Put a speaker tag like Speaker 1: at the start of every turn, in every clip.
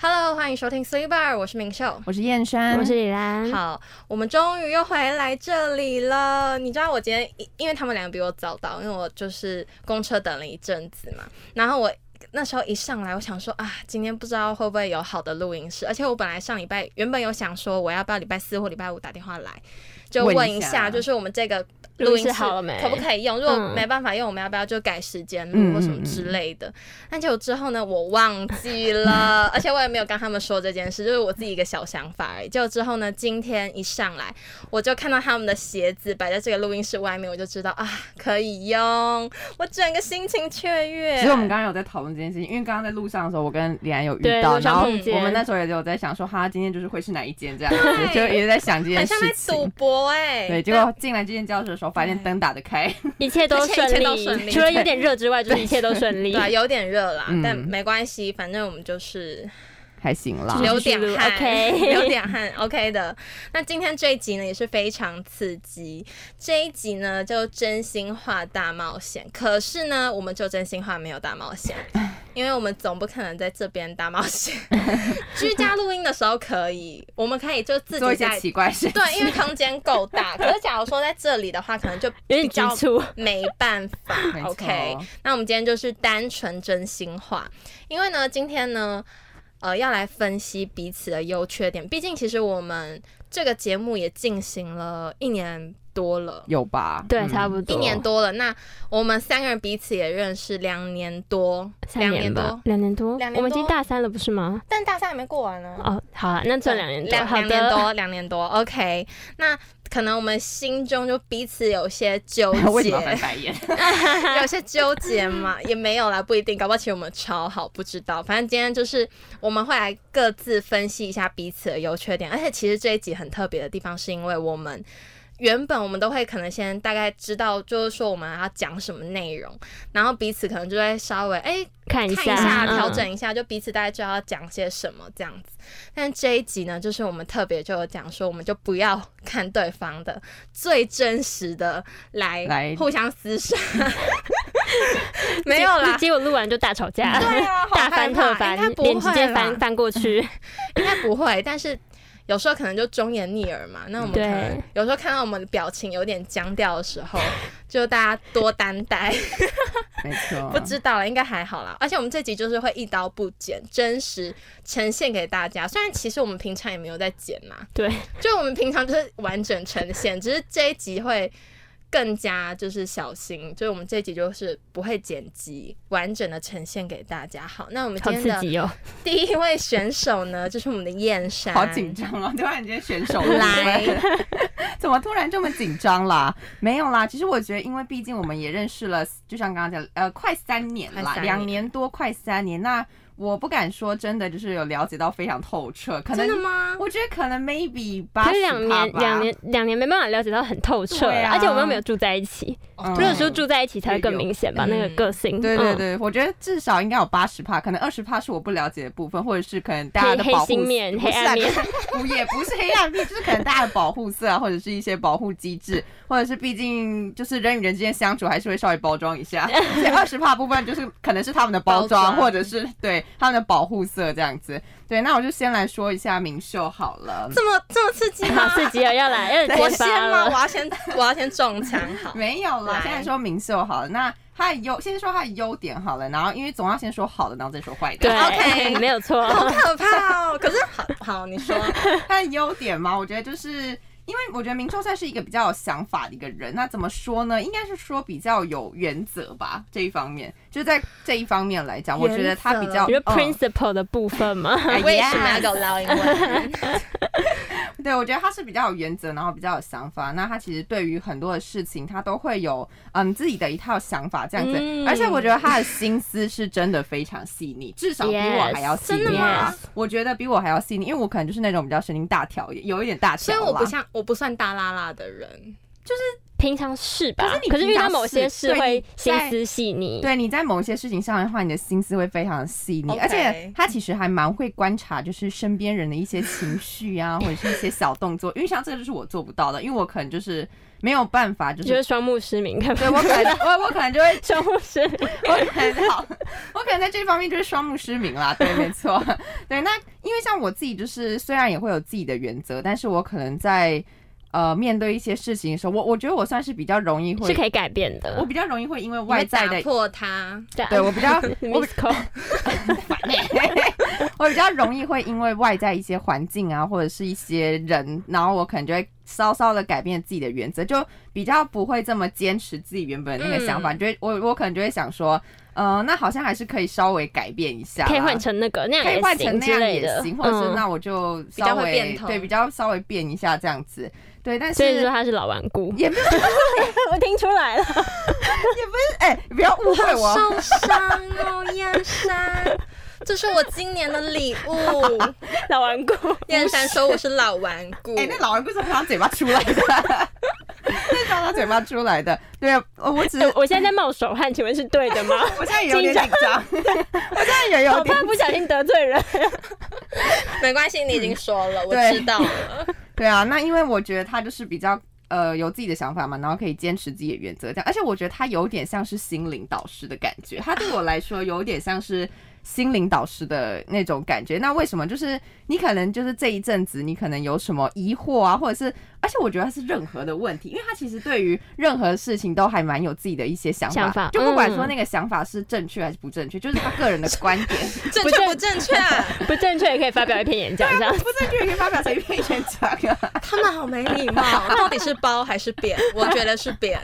Speaker 1: Hello，欢迎收听 C Bar，我是明秀。
Speaker 2: 我是燕山，
Speaker 3: 我是李兰。
Speaker 1: 好，我们终于又回来这里了。你知道我今天因因为他们两个比我早到，因为我就是公车等了一阵子嘛，然后我。那时候一上来，我想说啊，今天不知道会不会有好的录音室，而且我本来上礼拜原本有想说我要不要礼拜四或礼拜五打电话来，就
Speaker 2: 问一
Speaker 1: 问一
Speaker 2: 下
Speaker 1: 下，就是我们这个
Speaker 3: 录
Speaker 1: 录音
Speaker 3: 音室
Speaker 1: 室
Speaker 3: 好了没
Speaker 1: 可不可以用？如果
Speaker 3: 嗯
Speaker 1: 没办法用，我们要不要就改时间
Speaker 2: 嗯
Speaker 1: 录或什么之类的？但结果之后呢，我忘记 了，而且我也没有跟他们说这件事，就是我自己一个小想法而已。结果之后呢，今天一上来，我就看到他们的鞋子摆在这个录音室外面，我就知道啊，可以用，我整个心情雀跃。
Speaker 2: 其实我们刚刚有在讨论这件事情，因为刚刚在路上的时候，我跟李安有遇
Speaker 3: 对，
Speaker 2: 到，
Speaker 3: 路
Speaker 2: 然
Speaker 3: 上
Speaker 2: 后
Speaker 3: 碰见
Speaker 2: 我们那时候也有在想说，哈，今天就是会是哪一间这样
Speaker 1: 对
Speaker 2: 子，就也在想这件
Speaker 1: 很像在
Speaker 2: 事
Speaker 1: 赌
Speaker 2: 情。
Speaker 1: 博哎、
Speaker 2: 对，结果进来这间教室的时候，发现灯打得开，
Speaker 3: 一切都
Speaker 1: 而且一切都
Speaker 3: 顺
Speaker 1: 顺
Speaker 3: 利，
Speaker 1: 利
Speaker 3: 除了有点热之外，就是一切都顺利
Speaker 1: 对。啊，有点热啦，
Speaker 2: 嗯
Speaker 1: 但没关系，反正我们就是
Speaker 2: 还行啦。
Speaker 1: 流
Speaker 3: 继续
Speaker 1: 点
Speaker 3: 录
Speaker 1: 汗
Speaker 3: OK
Speaker 1: 流点汗，OK 的。那今天这一集呢也是非常刺激，这一集呢就真心话大冒险。可是呢，我们就真心话没有大冒 险，因为我们总不可能在这边大冒险。居家录音的时候可以，我们可以就自
Speaker 2: 做
Speaker 1: 己
Speaker 2: 一些
Speaker 1: 在。
Speaker 2: 奇怪事，
Speaker 1: 对，因为空间够大。可是假如说在这里的话，可能就
Speaker 3: 有
Speaker 1: 比
Speaker 3: 点急
Speaker 1: 较
Speaker 3: 促，
Speaker 1: 没办法
Speaker 2: 没错
Speaker 1: ，OK。那我们今天就是单纯真心话，因为呢，今天呢，呃，要来分析彼此的优缺点。毕竟，其实我们这个节目也进行了一年多了。
Speaker 2: 有吧？
Speaker 3: 对，
Speaker 2: 嗯
Speaker 3: 差不多
Speaker 1: 一年多了，那我们三个人彼此也认识两年多，
Speaker 3: 三
Speaker 1: 两
Speaker 3: 年吧
Speaker 1: 多，，
Speaker 3: 两年多
Speaker 1: 两年，多
Speaker 3: 我们已经大三了，不是吗？
Speaker 1: 但大三还没过完呢。
Speaker 3: 哦，好啊，那算两年多，
Speaker 1: 两
Speaker 3: 好
Speaker 1: 两年
Speaker 3: 的，
Speaker 1: 多，两年多，OK。那可能我们心中就彼此有些 纠
Speaker 2: 为什么要
Speaker 1: 结，
Speaker 2: 翻白眼？
Speaker 1: 有些纠结嘛，也没有啦，不一定，搞不好其实我们超好，不知道。反正今天就是我们会来各自分析一下彼此的优缺点，而且其实这一集很特别的地方，是因为我们。原本我们都会可能先大概知道，就是说我们要讲什么内容，然后彼此可能就会稍微哎、
Speaker 3: 看一
Speaker 1: 看一下，
Speaker 3: 嗯
Speaker 1: 调整一下，就彼此大概知道要讲些什么这样子。但这一集呢，就是我们特别就有讲说，我们就不要看对方的，最真实的
Speaker 2: 来
Speaker 1: 来互相厮 杀。没有啦，
Speaker 3: 嗯结果录完就大吵架，
Speaker 1: 对啊，好 害怕
Speaker 3: 呃大翻特翻
Speaker 1: 应该，不
Speaker 3: 脸直接
Speaker 1: 会啦
Speaker 3: 翻翻过去，
Speaker 1: 应该不会，但是。有时候可能就忠言逆耳嘛，那我们可
Speaker 3: 对
Speaker 1: 能有时候看到我们的表情有点僵掉的时候，就大家多担待。
Speaker 2: 没 错，
Speaker 3: 啊
Speaker 1: 不知道了，应该还好啦。而且我们这集就是会一刀不剪，真实呈现给大家。虽然其实我们平常也没有在剪嘛，
Speaker 3: 对，
Speaker 1: 就我们平常就是完整呈现，只是这一集会更加就是小心，就是我们这一集就是不会剪辑，完整的呈现给大家。好，那我们
Speaker 3: 好
Speaker 1: 今天
Speaker 3: 刺
Speaker 1: 的
Speaker 3: 激哦。
Speaker 1: 第一位选手呢，就是我们的燕山，
Speaker 2: 好紧张啊！ 突然间选手了
Speaker 1: 哎来，
Speaker 2: 怎么 突然这么紧张啦？没有啦，其实我觉得，因为毕竟我们也认识了，就像刚刚讲，呃，快三年
Speaker 1: 快
Speaker 2: 啦，
Speaker 1: 三年
Speaker 2: 两年多，快三年。那我不敢说真的，就是有了解到非常透彻，可
Speaker 1: 真
Speaker 2: 能
Speaker 1: 的吗？
Speaker 2: 我觉得可能 maybe 八
Speaker 3: 可
Speaker 2: 十
Speaker 3: 是两
Speaker 2: 吧
Speaker 3: 年，两，年，两年没办法了解到很透彻
Speaker 2: 对
Speaker 3: 啦，
Speaker 2: 啊
Speaker 3: 而且我们又没有住在一起，
Speaker 2: 嗯
Speaker 1: 哦
Speaker 3: 如
Speaker 1: 啊
Speaker 3: 果说住在一起才会更明显吧，
Speaker 1: 嗯
Speaker 3: 那个个性。
Speaker 2: 对对
Speaker 3: 嗯，
Speaker 2: 对，我觉得至少应该有八十帕，可能二十帕是我不了解的部分，或者是可能大家的
Speaker 3: 黑
Speaker 2: 保
Speaker 3: 黑
Speaker 2: 护
Speaker 3: 心面
Speaker 2: 不是啊
Speaker 3: 黑暗面，
Speaker 2: 不也不是黑暗面，就是可能大家的保护色啊，或者是一些保护机制，或者是毕竟就是人与人之间相处还是会稍微包装一 下，所以二十帕部分就是可能是他们的包装，
Speaker 1: 包装
Speaker 2: 或者是对他们的保护色这样子。对，那我就先来说一下明秀好了。
Speaker 1: 这么这么刺激
Speaker 3: 好
Speaker 1: 吗？
Speaker 3: 刺激哦，要来，要
Speaker 1: 我
Speaker 3: 揭
Speaker 1: 先
Speaker 3: 发
Speaker 1: 吗？我
Speaker 3: 了。
Speaker 1: 要先我要先中枪好。
Speaker 2: 没有啦，
Speaker 1: 来
Speaker 2: 现在说明秀好了。那他的优，先说他的优点好了，然后因为总要先说好的，然后再说坏的。
Speaker 3: 对，
Speaker 1: OK
Speaker 3: 没有错。
Speaker 1: 好可怕 哦！可是好好，你 说，
Speaker 2: 他的优点嘛，我觉得就是。因为我觉得明秀算是一个比较有想法的一个人，那怎么说呢？应该是说比较有原则吧，这一方面，就在这一方面来讲，我觉得他比较
Speaker 3: 你说
Speaker 2: 嗯
Speaker 3: principle 的部分吗？
Speaker 2: 哎
Speaker 1: 为什么要
Speaker 2: yes
Speaker 1: 给我捞英 文？
Speaker 2: 对，我觉得他是比较有原则，然后比较有想法。那他其实对于很多的事情，他都会有嗯自己的一套想法这样子。
Speaker 3: 嗯
Speaker 2: 而且我觉得他的心思是真的非常细腻，至少比我
Speaker 3: Yes，
Speaker 2: 还要细腻
Speaker 1: 真的
Speaker 2: 吧
Speaker 3: 吗
Speaker 2: 我觉得比我还要细腻，因为我可能就是那种比较神经大条，有一点大
Speaker 1: 所
Speaker 2: 条啦。
Speaker 1: 以我不像我不算大拉拉的人，
Speaker 3: 平常是吧？
Speaker 2: 可是你
Speaker 3: 遇
Speaker 2: 平
Speaker 3: 到
Speaker 2: 常
Speaker 3: 某些
Speaker 2: 是
Speaker 3: 事
Speaker 2: 对
Speaker 3: 会
Speaker 2: 你
Speaker 3: 心
Speaker 2: 在
Speaker 3: 思细腻，
Speaker 2: 对，你在某些事情上面的话，你的心思会非常的细腻
Speaker 1: OK
Speaker 2: 而且他其实还蛮会观察，就是身边人的一些情绪啊，或者是一些小动作。因为像这个就是我做不到的，因为我可能就是没有办法，就
Speaker 3: 就是是双目失明，看
Speaker 2: 对我可能我我可能就会
Speaker 3: 双目失明，
Speaker 2: 我可能好， 我可能在这方面就是双目失明啦。对，没错，对。那因为像我自己，就是虽然也会有自己的原则，但是我可能在呃面对一些事情的时候，我我觉得我算是比较容易
Speaker 3: 是
Speaker 2: 会，
Speaker 3: 可以改变的
Speaker 2: 我。比较容易会因为
Speaker 1: 你会
Speaker 2: 外在
Speaker 1: 打
Speaker 2: 的。
Speaker 1: 破它。
Speaker 3: 对啊
Speaker 2: 对我比 较我
Speaker 3: Miss Cole
Speaker 2: 我比较容易会因为外在一些环境啊，或者是一些人，然后我可能就会稍稍的改变自己的原则，就比较不会这么坚持自己原本的那个想法。就会我我可能就会想说，呃，那好像还是可以稍微改变一下啦，
Speaker 3: 可以换成那个那
Speaker 2: 嗯
Speaker 3: 样
Speaker 2: 可以换
Speaker 3: 也
Speaker 2: 成
Speaker 3: 行
Speaker 2: 那
Speaker 3: 之
Speaker 2: 样
Speaker 3: 类
Speaker 2: 也
Speaker 3: 的，
Speaker 2: 行，或者是
Speaker 3: 嗯，
Speaker 2: 那我就
Speaker 1: 比较
Speaker 2: 稍
Speaker 1: 会
Speaker 2: 微
Speaker 1: 变通
Speaker 2: 对比较稍微变一下这样子，对，但
Speaker 3: 所以说
Speaker 2: 是。
Speaker 3: 他是老顽 固，
Speaker 2: 也没有，
Speaker 3: 我听出来了，
Speaker 2: 哎、不要误会 我，
Speaker 1: 好受伤哦，燕山，这是我今年的礼 物。
Speaker 3: 老顽固，
Speaker 1: 燕山说我是老顽固，
Speaker 2: 哎、那老人不是从他嘴巴出来的， 那是从他嘴巴出来的。对，我我只是，
Speaker 3: 哎我现在在冒手汗，请问是对的 吗？
Speaker 2: 我现在也有点紧张， 我现在也有
Speaker 3: 我
Speaker 2: 点
Speaker 3: 怕不小心得罪人，
Speaker 1: 没关系，你已经说了，我
Speaker 2: 对
Speaker 1: 知道 了。
Speaker 2: 对啊，那因为我觉得他就是比较呃有自己的想法嘛，然后可以坚持自己的原则这样，而且我觉得他有点像是心灵导师的感觉，他对我来说有点像是心灵导师的那种感觉。那为什么？就是你可能就是这一阵子你可能有什么疑惑啊，或者是，而且我觉得他是任何的问题，因为他其实对于任何事情都还蛮有自己的一些想法，
Speaker 3: 想法
Speaker 2: 就不管
Speaker 3: 嗯
Speaker 2: 说那个想法是正确还是不正确，就是他个人的观 点。
Speaker 1: 正确不正确？
Speaker 3: 不正确也可以发表一篇演讲， 这样
Speaker 2: 不正确也可以发表随便一篇讲啊。
Speaker 1: 他们好没礼貌，到底是包还是扁？我觉得是 扁。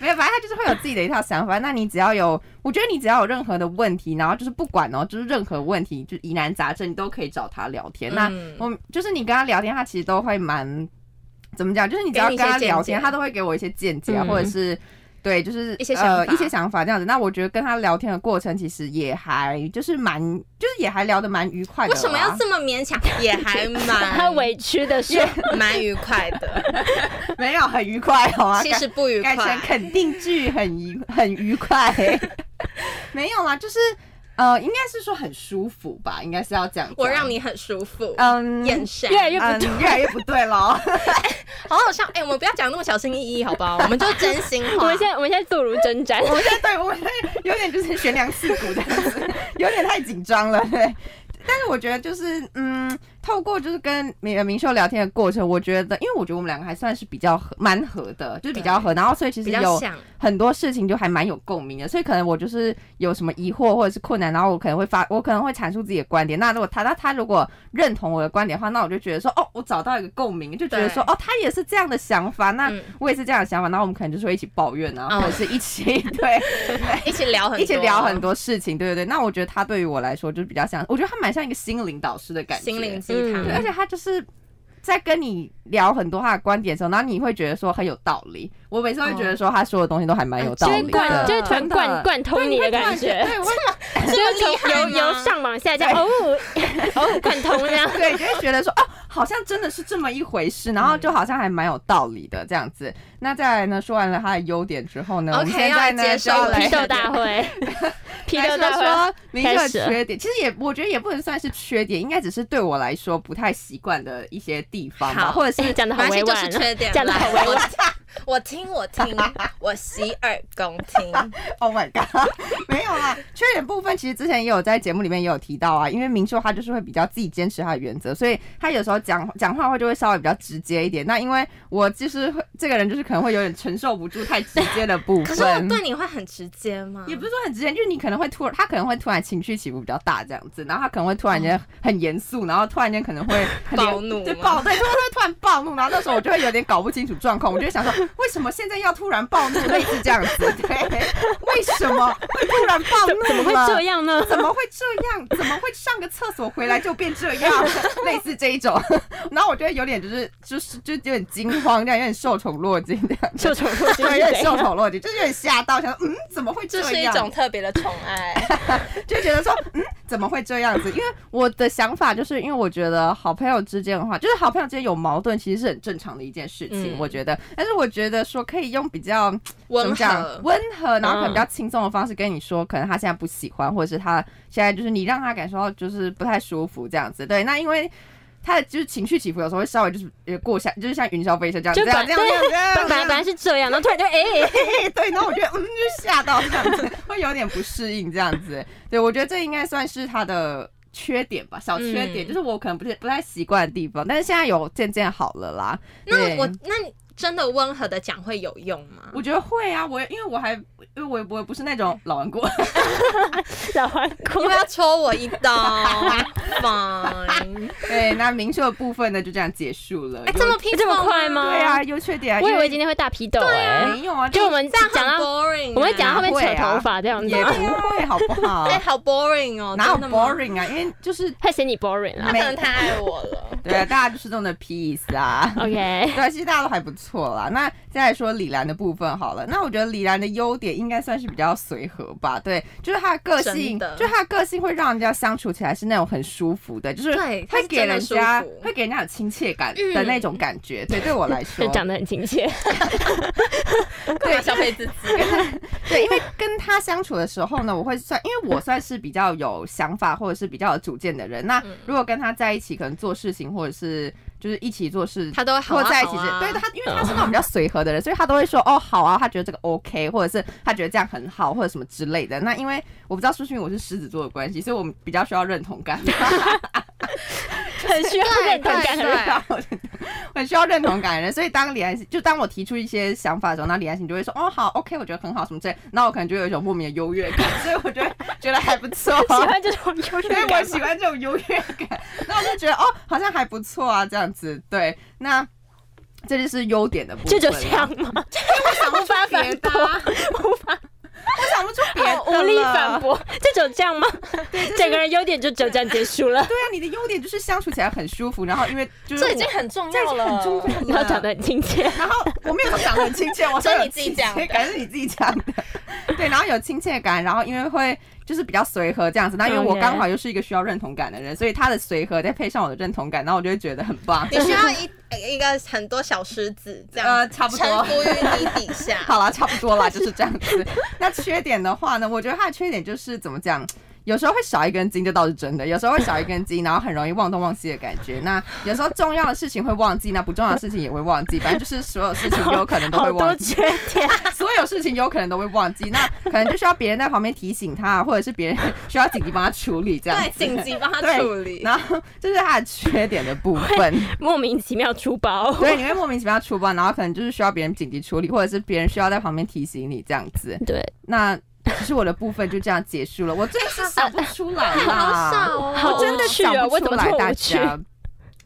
Speaker 2: 没有，反正他就是会有自己的一套想法。那你只要有，我觉得你只要有任何的问题，然后就是不管哦，就是任何问题，就是疑难杂症，你都可以找他聊天。那
Speaker 1: 嗯
Speaker 2: 我就是你跟他聊天，他其实都会蛮怎么讲，就是你只要
Speaker 1: 给你
Speaker 2: 跟
Speaker 1: 一些
Speaker 2: 他聊
Speaker 1: 见
Speaker 2: 天，
Speaker 1: 解
Speaker 2: 他都会给我一些见解啊，
Speaker 3: 嗯
Speaker 2: 或者是。对，就是
Speaker 1: 一些想
Speaker 2: 呃
Speaker 1: 法
Speaker 2: 一些想法这样子。那我觉得跟他聊天的过程，其实也还就是蛮，就是也还聊得蛮愉快的
Speaker 1: 为
Speaker 2: 啊啦。
Speaker 1: 什么要这么勉强？也还
Speaker 3: 他
Speaker 2: 啊
Speaker 1: 蛮
Speaker 3: 委屈的说，
Speaker 1: 蛮愉快的，
Speaker 2: 没有很愉快好吗？
Speaker 1: 其实不愉
Speaker 2: 改成
Speaker 1: 快。
Speaker 2: 肯定句，很愉很愉快、 没有啦，就是呃，应该是说很舒服吧，应该是要这样讲。
Speaker 1: 我让你很舒服，
Speaker 2: 嗯
Speaker 1: 眼神
Speaker 3: 越来越
Speaker 2: 嗯越来越不对咯。
Speaker 1: 好好笑。哎，我们不要讲那么小心翼翼，好不好？我们就真心
Speaker 3: 我
Speaker 1: 话
Speaker 3: 们。现在我们现在坐如针毡，
Speaker 2: 我们现在 对我们现在有点就是悬梁刺股这样子，有点太紧张了。对，但是我觉得就是嗯，透过就是跟明明秀聊天的过程，我觉得因为我觉得我们两个还算是比较合蛮合的，就是比较合，然后所以其实
Speaker 1: 比
Speaker 2: 有
Speaker 1: 较像，
Speaker 2: 很多事情就还蛮有共鸣的，所以可能我就是有什么疑惑或者是困难，然后我可能会发，我可能会阐述自己的观点。那如果他他他如果认同我的观点的话，那我就觉得说，哦，我找到一个共鸣，就觉得说，
Speaker 1: 对
Speaker 2: 哦，他也是这样的想法，那
Speaker 1: 嗯
Speaker 2: 我也是这样的想法，那我们可能就是会一起抱怨啊，
Speaker 1: 嗯
Speaker 2: 或者是一起 对
Speaker 1: 一起聊很多，
Speaker 2: 一起聊很多事情，对对对。那我觉得他对于我来说就是比较像，我觉得他蛮像一个心灵导师的感觉，
Speaker 1: 心灵鸡
Speaker 3: 嗯
Speaker 1: 汤
Speaker 2: 对，。而且他就是在跟你聊很多他的观点的时候，然后你会觉得说很有道理。我每次会觉得说他说的东西都还蛮有
Speaker 1: 哦
Speaker 2: 道
Speaker 3: 就会
Speaker 1: 真
Speaker 2: 理
Speaker 3: 贯，
Speaker 1: 的
Speaker 3: 就
Speaker 2: 的。
Speaker 3: 会突然
Speaker 2: 真的
Speaker 3: 贯贯通你的感觉，
Speaker 2: 对，我会
Speaker 3: 就是从由
Speaker 1: 吗
Speaker 3: 由上往下这样，哦 哦贯通这样。
Speaker 2: 对，就会觉得说，哦，好像真的是这么一回事，然后
Speaker 1: 嗯
Speaker 2: 就好像还蛮有道理的这样子。那再来呢，说完了他的优点之后呢，
Speaker 1: OK，
Speaker 2: 我们现在
Speaker 1: 要
Speaker 2: 呢
Speaker 1: 接
Speaker 2: 就
Speaker 1: 受
Speaker 2: 要
Speaker 1: 了
Speaker 2: 来
Speaker 3: 批斗大会， 批
Speaker 2: 来
Speaker 3: 斗大
Speaker 2: 说
Speaker 3: 会，
Speaker 2: 说明秀的缺点，其实也我觉得也不能算是缺点，应该只是对我来说不太习惯的一些地方吧，
Speaker 1: 好
Speaker 2: 或者是
Speaker 3: 哎讲的好
Speaker 1: 没关
Speaker 3: 委
Speaker 1: 系，就
Speaker 3: 婉
Speaker 1: 是缺点啦，
Speaker 3: 啊，讲的好委婉。
Speaker 1: 我我听我听，我洗耳恭听。
Speaker 2: Oh my god，没有啦。缺点部分其实之前也有在节目里面也有提到啊，因为明秀他就是会比较自己坚持他的原则，所以他有时候讲讲话会就会稍微比较直接一点。那因为我就是会这个人就是可能会有点承受不住太直接的部
Speaker 1: 可是我
Speaker 2: 分。
Speaker 1: 对你会很直接吗？
Speaker 2: 也不是说很直接，就是你可能会突然，他可能会突然情绪起伏比较大这样子，然后他可能会突然间很严肃，然后突然间可能会
Speaker 1: 嗯暴怒
Speaker 2: 对
Speaker 1: 吗
Speaker 2: 暴对，突然会突然暴怒，然后那时候我就会有点搞不清楚状况，我就会想说，为什么现在要突然暴怒，类似这样 子，对，为什么会突然暴怒
Speaker 3: 怎么会
Speaker 2: 了
Speaker 3: 这样 呢？
Speaker 2: 怎么会这样？怎么会上个厕所回来就变这样？类似这一种， 然后我就会有点就是就是就有点惊慌，这样有点受宠若惊这样。
Speaker 3: 受宠若
Speaker 2: 就
Speaker 3: 惊
Speaker 2: 有
Speaker 3: 是
Speaker 2: 点
Speaker 3: 怎
Speaker 2: 受
Speaker 3: 样？
Speaker 2: 宠若惊，就是有点吓到，想说嗯，怎么会这
Speaker 1: 这
Speaker 2: 样？
Speaker 1: 是一种特别的宠爱，
Speaker 2: 就觉得说，嗯，怎么会这样子？因为我的想法就是，因为我觉得好朋友之间的话，就是好朋友之间有矛盾，其其实是很正常的一件事情，
Speaker 1: 嗯
Speaker 2: 我觉得。但是我觉得说可以用比较嗯怎
Speaker 1: 温
Speaker 2: 么
Speaker 1: 和
Speaker 3: 嗯
Speaker 2: 讲，温和，然后可能比较轻松的方式跟你说，可能他现在不喜欢，或者是他现在就是你让他感受到就是不太舒服这样子。对，那因为。他的就是情绪起伏，有时候会稍微就是呃过下，就是像云霄飞车这样，
Speaker 3: 就
Speaker 2: 这样这
Speaker 3: 本
Speaker 2: 样这样这样，
Speaker 3: 本来本来是这样，然后突然就哎，
Speaker 2: 对，然后我觉得嗯，就吓到这样子，会有点不适应这样子。对，我觉得这应该算是他的缺点吧，小缺点，
Speaker 1: 嗯
Speaker 2: 就是我可能不是不太习惯的地方，但是现在有渐渐好了啦。
Speaker 1: 那
Speaker 2: 对
Speaker 1: 我那你真的温和的讲会有用吗？
Speaker 2: 我觉得会啊，我因为我还因为我我也不是那种老顽固，
Speaker 3: 老顽固
Speaker 1: 你不。要戳我一刀，fine。
Speaker 2: 对，那明秀的部分呢就这样结束了。
Speaker 1: 哎，
Speaker 2: 优
Speaker 1: 这么拼
Speaker 3: 这么
Speaker 1: 凑
Speaker 3: 快吗
Speaker 2: 对啊，优缺点啊，
Speaker 3: 我以
Speaker 2: 因
Speaker 3: 为今天会大批斗哎，
Speaker 2: 没有啊，
Speaker 3: 就我们
Speaker 1: 这样很
Speaker 3: 讲到
Speaker 1: boring，
Speaker 3: 我们讲到后
Speaker 1: 欸
Speaker 3: 面扯头发这样子
Speaker 2: 也，不会好不好
Speaker 1: 哎，？好 boring 哦，
Speaker 2: 哪有
Speaker 1: 真的吗
Speaker 2: boring 啊？因为就是
Speaker 3: 会嫌你 boring
Speaker 1: 他
Speaker 3: 啦。
Speaker 1: 可能太爱我 了。
Speaker 2: 对啊，大家就是这么的 peace 啊。
Speaker 3: OK，
Speaker 2: 对，其实大家都还不错啦。那再来说李兰的部分好了，那我觉得李兰的优点应该算是比较随和吧，对，就是她的个
Speaker 1: 真
Speaker 2: 性，
Speaker 1: 的
Speaker 2: 就是她的个性会让人家相处起来是那种很舒服的，就是
Speaker 1: 对她
Speaker 2: 会
Speaker 1: 是
Speaker 2: 给
Speaker 1: 真的
Speaker 2: 人
Speaker 1: 舒
Speaker 2: 家
Speaker 1: 服嗯
Speaker 2: 会给人家有亲切感的那种感觉。对，对我来说 哦
Speaker 3: 就，长得很亲切。
Speaker 1: 对，消费自己。
Speaker 2: 对，因为跟他相处的时候呢，我会算，因为我算是比较有想法或者是比较有主见的人。
Speaker 1: 嗯
Speaker 2: 那如果跟他在一起，可能做事情或者是就是一起做事，
Speaker 1: 他都会好啊
Speaker 2: 或在一起是
Speaker 1: 好啊
Speaker 2: 对他，因为他是那种比较随和的人，所以他都会说哦好啊，他觉得这个 OK，或者是他觉得这样很好，或者什么之类的。那因为我不知道是不是因为我是狮子座的关系，所以我们比较需要认 同感。
Speaker 3: 很需要认同感
Speaker 1: 对
Speaker 3: 的
Speaker 1: 对
Speaker 3: 人。
Speaker 2: 很需要认同感的人，所以当李安就当我提出一些想法的时候，那李安就会说哦好，OK，我觉得很好什么之类，那我可能就有一种莫名的优越感，所以我就会觉得还不错。
Speaker 3: 喜欢这种
Speaker 2: 所
Speaker 3: 优
Speaker 2: 以
Speaker 3: 越
Speaker 2: 我
Speaker 3: 感
Speaker 2: 喜
Speaker 3: 吗。
Speaker 2: 欢这种优越感，那我就觉得哦，好像还不错啊，这样子。对，那这就是优点的部分
Speaker 3: 这
Speaker 2: 啦。
Speaker 3: 就这样吗？
Speaker 2: 我想不出别的啊，
Speaker 3: 无法
Speaker 2: 我想不出别的了，
Speaker 3: 无力反驳，这就这样吗？整个人优点就就这样结束了，
Speaker 2: 对啊，你的优点就是相处起来很舒服，然后因为就是
Speaker 1: 这已
Speaker 2: 我
Speaker 1: 经很重
Speaker 2: 这已
Speaker 1: 要
Speaker 2: 经
Speaker 1: 了，
Speaker 2: 很重要了，
Speaker 3: 然后长得很亲切。
Speaker 2: 然后我没有说长得很亲切， 我
Speaker 1: 这
Speaker 2: 说
Speaker 1: 是
Speaker 2: 有
Speaker 1: 你自己讲的
Speaker 2: 亲切感是你自己 讲的，对，然后有亲切感，然后因为会就是比较随和这样子，那因
Speaker 1: 哦
Speaker 2: 为我
Speaker 3: OK
Speaker 2: 刚好又是一个需要认同感的人，所以他的随和再配上我的认同感，然后我就会觉得很 棒。
Speaker 1: 你需要一一个很多小狮子这样，
Speaker 2: 呃，差不
Speaker 1: 臣
Speaker 2: 多
Speaker 1: 服。于你底下。
Speaker 2: 好啦，差不多 啦，就是这样子。那缺点的话呢，我觉得他的缺点就是怎么讲，有时候会少一根筋，这倒是真的；有时候会少一根筋，然后很容易忘东忘西的感觉。那有时候重要的事情会忘记，那不重要的事情也会忘记，反正就是所有事情有可能都 会
Speaker 3: 好 多
Speaker 2: 忘记。
Speaker 3: 缺点，
Speaker 2: 所有事情有可能都会忘记，那可能就需要别人在旁边提醒他，或者是别人需要紧急帮他处理这样
Speaker 1: 对，
Speaker 2: 子。
Speaker 1: 紧急帮他
Speaker 2: 对
Speaker 1: 处理。
Speaker 2: 然后 这是他的缺点的部分，
Speaker 3: 莫名其妙出包。
Speaker 2: 对，你会莫名其妙出包，然后可能就是需要别人紧急处理，或者是别人需要在旁边提醒你这样子。
Speaker 3: 对，
Speaker 2: 那其实我的部分就这样结束了，我真的是想不出来 啦，
Speaker 1: 哦
Speaker 3: 好
Speaker 2: 我真的想不出来大
Speaker 3: 无趣哦我怎么这
Speaker 2: 家，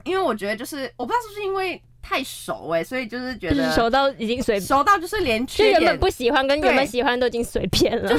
Speaker 2: 因为我觉得就是我不知道是不是因为太熟哎、所以就是觉
Speaker 3: 就是
Speaker 2: 得
Speaker 3: 熟到已经随，
Speaker 2: 熟到就是连
Speaker 3: 就
Speaker 2: 缺
Speaker 3: 原本
Speaker 2: 点
Speaker 3: 不喜欢跟原本
Speaker 2: 对
Speaker 3: 喜欢都已经随便了。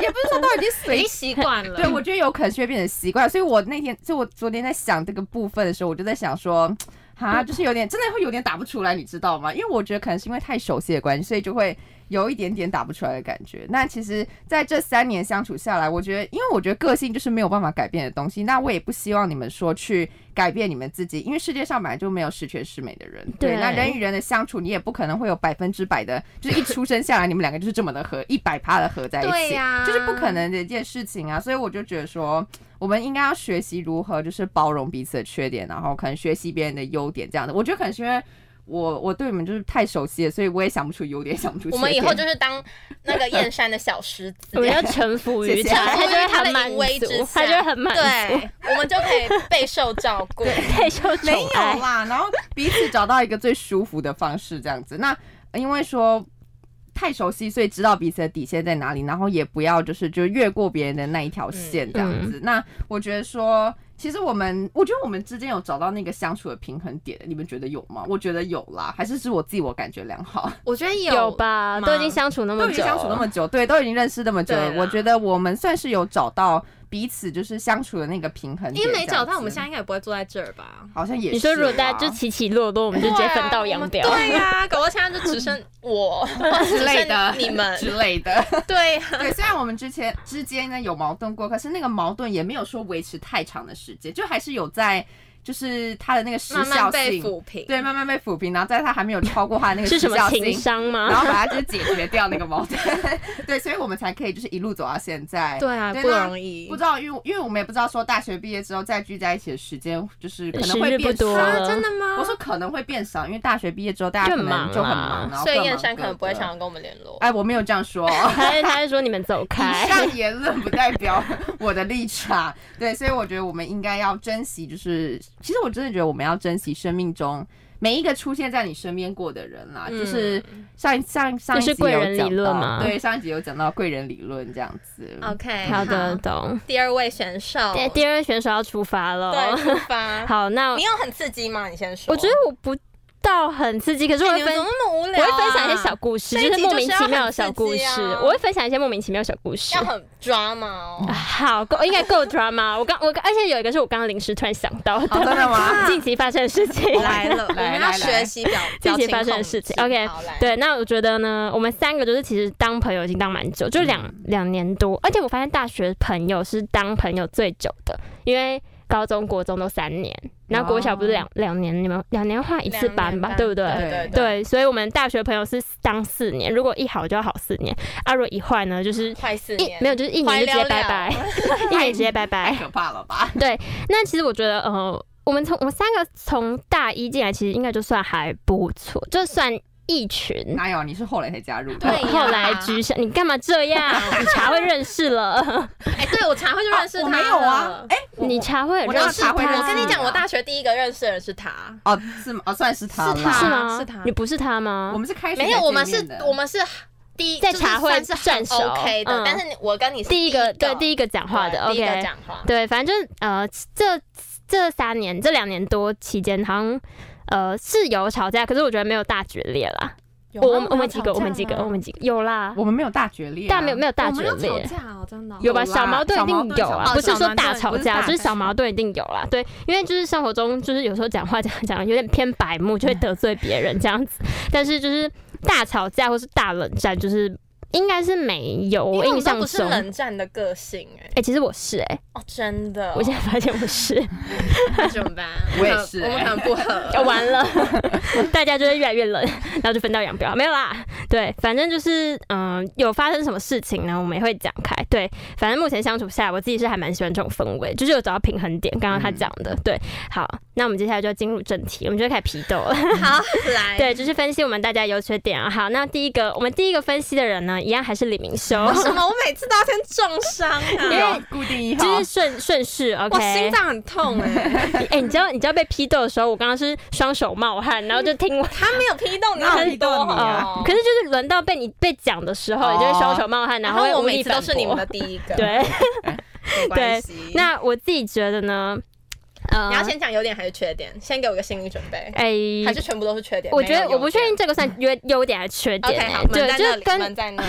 Speaker 2: 也不是说都已经随
Speaker 1: 已经习惯了。
Speaker 2: 对，我觉得有可能是会变成习惯，所以我那天就我昨天在想这个部分的时候，我就在想说，啊，就是有点真的会有点打不出来，你知道吗？因为我觉得可能是因为太熟悉的关系，所以就会有一点点打不出来的感觉。那其实在这三年相处下来，我觉得，因为我觉得个性就是没有办法改变的东西，那我也不希望你们说去改变你们自己，因为世界上本来就没有十全十美的人。
Speaker 3: 对，
Speaker 2: 那人与人的相处，你也不可能会有百分之百的，就是一出生下来你们两个就是这么的合，一百趴的合在一起，
Speaker 1: 对呀
Speaker 2: 就是不可能的一件事情啊。所以我就觉得说，我们应该要学习如何就是包容彼此的缺点，然后可能学习别人的优点这样的。我觉得可能是因为。我我对你们就是太熟悉了，所以我也想不出优点，想不出缺
Speaker 1: 我
Speaker 2: 点。
Speaker 1: 们以后就是当那个燕山的小狮子
Speaker 3: 我们要臣服于他，
Speaker 1: 臣服
Speaker 3: 他
Speaker 1: 于
Speaker 3: 就会
Speaker 1: 啊他的
Speaker 3: 很满
Speaker 1: 淫威之
Speaker 3: 足，
Speaker 1: 下
Speaker 3: 他就会很满足，
Speaker 1: 对，我们就可以备受照顾。
Speaker 3: 太受
Speaker 2: 没
Speaker 3: 宠
Speaker 2: 有
Speaker 3: 爱。
Speaker 2: 啦，然后彼此找到一个最舒服的方式，这样子。那呃因为说太熟悉，所以知道彼此的底线在哪里，然后也不要就是就越过别人的那一条线这样子。那我觉得说，其实我们，我觉得我们之间有找到那个相处的平衡点，你们觉得有吗？我觉得有啦，还是是我自己我感觉良好。
Speaker 1: 我觉得
Speaker 3: 有？吧？
Speaker 1: 吗
Speaker 3: 都已经相处那 么
Speaker 2: 都已
Speaker 3: 久，
Speaker 2: 经相处那么久，对，都啊已经认识那么久了
Speaker 1: 对，啦
Speaker 2: 我觉得我们算是有找到彼此就是相处的那个平衡点。
Speaker 1: 因为没找到，我们现
Speaker 2: 在
Speaker 1: 在应该也不会坐在这儿吧？
Speaker 2: 好像也是啊
Speaker 3: 你说如果
Speaker 2: 啦
Speaker 3: 大家就起起落落，我们就直接分道扬镳。
Speaker 1: 啊 对啊呀，搞到现在就只剩我
Speaker 2: 之类的
Speaker 1: 只剩你们
Speaker 2: 之类的。
Speaker 1: 对呀，
Speaker 2: 对，虽然我们之前之间呢有矛盾过，可是那个矛盾也没有说维持太长的时间，就还是有在就是它的那个时
Speaker 1: 慢慢
Speaker 2: 效
Speaker 1: 被
Speaker 2: 性，
Speaker 1: 抚平。
Speaker 2: 对，慢慢被抚平，然后在它还没有超过它的那个
Speaker 3: 是
Speaker 2: 时
Speaker 3: 什么
Speaker 2: 效
Speaker 3: 情
Speaker 2: 性，
Speaker 3: 商
Speaker 2: 然
Speaker 3: 吗？
Speaker 2: 后把它就是解决掉那个矛盾， 对，所以我们才可以就是一路走到现在。
Speaker 1: 对啊，
Speaker 2: 对
Speaker 1: 不
Speaker 2: 那
Speaker 1: 容易
Speaker 2: 不。知道，因为因为我们也不知道说大学毕业之后再聚在一起的时间，就是可
Speaker 3: 时
Speaker 2: 能会
Speaker 3: 日不
Speaker 2: 变
Speaker 3: 多
Speaker 2: 少。
Speaker 1: 啊，真的吗？
Speaker 2: 我说可能会变少，因为大学毕业之后大家
Speaker 3: 就
Speaker 2: 可能
Speaker 3: 忙啊
Speaker 2: 就很
Speaker 3: 啦
Speaker 2: 忙，然后
Speaker 1: 所以
Speaker 2: 各
Speaker 1: 燕
Speaker 2: 忙
Speaker 1: 山可
Speaker 2: 各
Speaker 1: 能不会
Speaker 2: 的
Speaker 1: 想要跟我们联络。
Speaker 2: 哎，我没有这样说。
Speaker 3: 他在他在说你们走开
Speaker 2: 以，上言论不代表我的立场，对，所以我觉得我们应该要珍惜，就是其实我真的觉得我们要珍惜生命中每一个出现在你身边过的人啦，
Speaker 1: 嗯
Speaker 2: 就是上一上上一集
Speaker 3: 就是贵人
Speaker 2: 有讲
Speaker 3: 理论
Speaker 2: 到
Speaker 3: 嘛哦
Speaker 2: 对，上一集有讲到贵人理论这样子。
Speaker 1: OK，
Speaker 3: 好的，，懂。
Speaker 1: 第二位选手，
Speaker 3: 对，第二选手要出发了
Speaker 1: 哦对，。出发。
Speaker 3: 好，那
Speaker 1: 你有很刺激吗？你先说。
Speaker 3: 我觉得我不到很刺激，可是我
Speaker 1: 哎
Speaker 3: 会
Speaker 1: 你们
Speaker 3: 分
Speaker 1: 怎么那么无
Speaker 3: 我
Speaker 1: 聊、啊？
Speaker 3: 会分享一些小故事，
Speaker 1: 这一集
Speaker 3: 就是莫名其妙的小故
Speaker 1: 就是要
Speaker 3: 事
Speaker 1: 很刺激啊。
Speaker 3: 我会分享一些莫名其妙的小故事啊
Speaker 1: 要。很抓嘛哦。
Speaker 3: 好，够应该够 drama。我刚我刚，而且有一个是我刚刚临时突然想到
Speaker 2: 哦，真
Speaker 3: 的，
Speaker 2: 的吗？
Speaker 3: 近期发生的事情。
Speaker 1: 来 了，我
Speaker 2: 来
Speaker 1: 们
Speaker 2: 来
Speaker 1: 要
Speaker 2: 来
Speaker 1: 学习表
Speaker 3: 近
Speaker 1: 表
Speaker 3: 期
Speaker 1: 情
Speaker 3: 发生的
Speaker 1: 控
Speaker 3: 事情
Speaker 1: 制
Speaker 3: OK，
Speaker 1: 好来
Speaker 3: 对，那我觉得呢，我们三个就是其实当朋友已经当蛮久，就两两、年多，而且我发现大学朋友是当朋友最久的，因为高中、国中都三年，然后国小不是两两、年，你们哦两年换一次班吧，对不对？
Speaker 1: 对对
Speaker 2: 对
Speaker 1: 对，
Speaker 3: 对，所以我们大学朋友是当四年，如果一好就要好四年，啊，如果一坏呢，就是
Speaker 1: 坏四
Speaker 3: 一
Speaker 1: 年
Speaker 3: 没有，就是一年就直接拜拜， 一年直接
Speaker 2: 太
Speaker 3: 拜拜。
Speaker 2: 可怕了吧？
Speaker 3: 那其实我觉得，呃，我们从我们三个从大一进来，其实应该就算还不错，就算一群。
Speaker 2: 哪有？你是后来才加入
Speaker 1: 对
Speaker 2: 的。
Speaker 1: 呀
Speaker 3: 后来居上，你干嘛这样？你茶会认识了，
Speaker 1: 哎，对我茶会就认识
Speaker 2: 啊
Speaker 1: 他
Speaker 2: 我
Speaker 1: 了
Speaker 2: 没有啊，哎，我
Speaker 3: 你茶会
Speaker 2: 我
Speaker 3: 认
Speaker 2: 让
Speaker 3: 识
Speaker 2: 茶会认
Speaker 3: 他。
Speaker 2: 识
Speaker 1: 我跟你讲，
Speaker 2: 啊
Speaker 1: 我大学第一个认识的人是他，
Speaker 2: 哦，是吗？哦，算是他了。
Speaker 1: 是他
Speaker 3: 是吗？
Speaker 1: 是他
Speaker 3: 你不是他
Speaker 2: 我
Speaker 3: 吗？
Speaker 2: 们是开学
Speaker 1: 没有，
Speaker 2: 才
Speaker 1: 我们
Speaker 2: 见
Speaker 1: 是
Speaker 2: 面的，
Speaker 1: 我们是第一
Speaker 3: 在
Speaker 1: 就是
Speaker 3: 茶会
Speaker 1: 算是很
Speaker 3: 转手
Speaker 1: OK 的
Speaker 3: 嗯，
Speaker 1: 但是你我跟你是
Speaker 3: 第一个对第
Speaker 1: 一
Speaker 3: 一个讲话的
Speaker 1: 对第一个
Speaker 3: ，OK，
Speaker 1: 讲话，
Speaker 3: 对，反正就是呃，这这三年这两年多期间，好像呃是有吵架，可是我觉得没有大决裂啦。
Speaker 1: 有吗
Speaker 3: 我们我们几个，我们几个，我们几个有啦，
Speaker 2: 我们没有大决裂啊，
Speaker 3: 但没有没有大
Speaker 1: 我
Speaker 3: 决
Speaker 1: 们要吵
Speaker 3: 裂。
Speaker 1: 架哦，真的哦
Speaker 3: 有吧？
Speaker 2: 有啦
Speaker 3: 小矛盾一定有
Speaker 2: 小
Speaker 3: 啊，
Speaker 1: 矛盾
Speaker 3: 不是
Speaker 1: 小
Speaker 3: 说
Speaker 1: 矛盾
Speaker 3: 大
Speaker 2: 不
Speaker 3: 吵架，
Speaker 2: 是大
Speaker 3: 就是小矛盾一定有啦。对，因为就是生活中，就是有时候讲话讲讲有点偏白目，
Speaker 1: 嗯
Speaker 3: 就会得罪别人这样子。但是就是大吵架或是大冷战，就是应该是没有。
Speaker 1: 因
Speaker 3: 我
Speaker 1: 为我
Speaker 3: 印
Speaker 1: 们都
Speaker 3: 象
Speaker 1: 不是
Speaker 3: 中，哎、
Speaker 1: 冷战的个性哎，
Speaker 3: 其实我是哎、
Speaker 1: 哦，真的哦，
Speaker 3: 我现在发现我是。
Speaker 1: 那怎么办？
Speaker 2: 我也是
Speaker 1: 我们
Speaker 2: 哎
Speaker 1: 可能不合，
Speaker 3: 要完了，大家就会越来越冷，然后就分道扬镳，没有啦。对，反正就是嗯、有发生什么事情呢，我们也会讲开。对，反正目前相处下来，我自己是还蛮喜欢这种氛围，就是有找到平衡点。刚刚他讲的，对，
Speaker 1: 嗯
Speaker 3: 好，那我们接下来就要进入正题，我们就开始批斗了。
Speaker 1: 好来，
Speaker 3: 对，就是分析我们大家优缺点啊。好，那第一个，我们第一个分析的人呢，一样还是李 明修，
Speaker 1: 为什么我每次都要先重伤
Speaker 3: 因
Speaker 1: 啊？
Speaker 3: 为
Speaker 2: 有固定一号
Speaker 3: 就，是顺顺势
Speaker 1: 我
Speaker 3: ，OK。
Speaker 1: 心脏很痛哎、
Speaker 3: 哎、你知道你知道被批斗的时候，我刚刚是双手冒汗，然后就听完。
Speaker 1: 他没有批 斗你
Speaker 2: 哪有
Speaker 1: 很
Speaker 2: 批
Speaker 1: 多
Speaker 2: 斗你
Speaker 1: 哦
Speaker 2: 啊，
Speaker 3: 可是就是轮到被你被讲的时候，
Speaker 2: 哦
Speaker 3: 你就会双手冒汗，
Speaker 1: 然
Speaker 3: 后
Speaker 1: 后
Speaker 3: 会
Speaker 1: 我
Speaker 3: 无
Speaker 1: 每
Speaker 3: 力
Speaker 1: 次都
Speaker 3: 反
Speaker 1: 是你们的
Speaker 3: 驳。
Speaker 1: 第一个，，
Speaker 3: 对，啊
Speaker 1: 没关系。
Speaker 3: 那我自己觉得呢，呃，
Speaker 1: 你要先讲优点还是缺点，先给我个心理准备，还
Speaker 3: 哎，
Speaker 1: 是全部都是缺点？
Speaker 3: 我觉得
Speaker 1: 没有优点
Speaker 3: 我不确定。这个算优优点还是缺点
Speaker 1: OK，
Speaker 3: 欸
Speaker 1: 好，，
Speaker 3: 对
Speaker 1: 门，在
Speaker 3: 就
Speaker 1: 那
Speaker 3: 是
Speaker 1: 里，
Speaker 3: 跟
Speaker 1: 门在那里。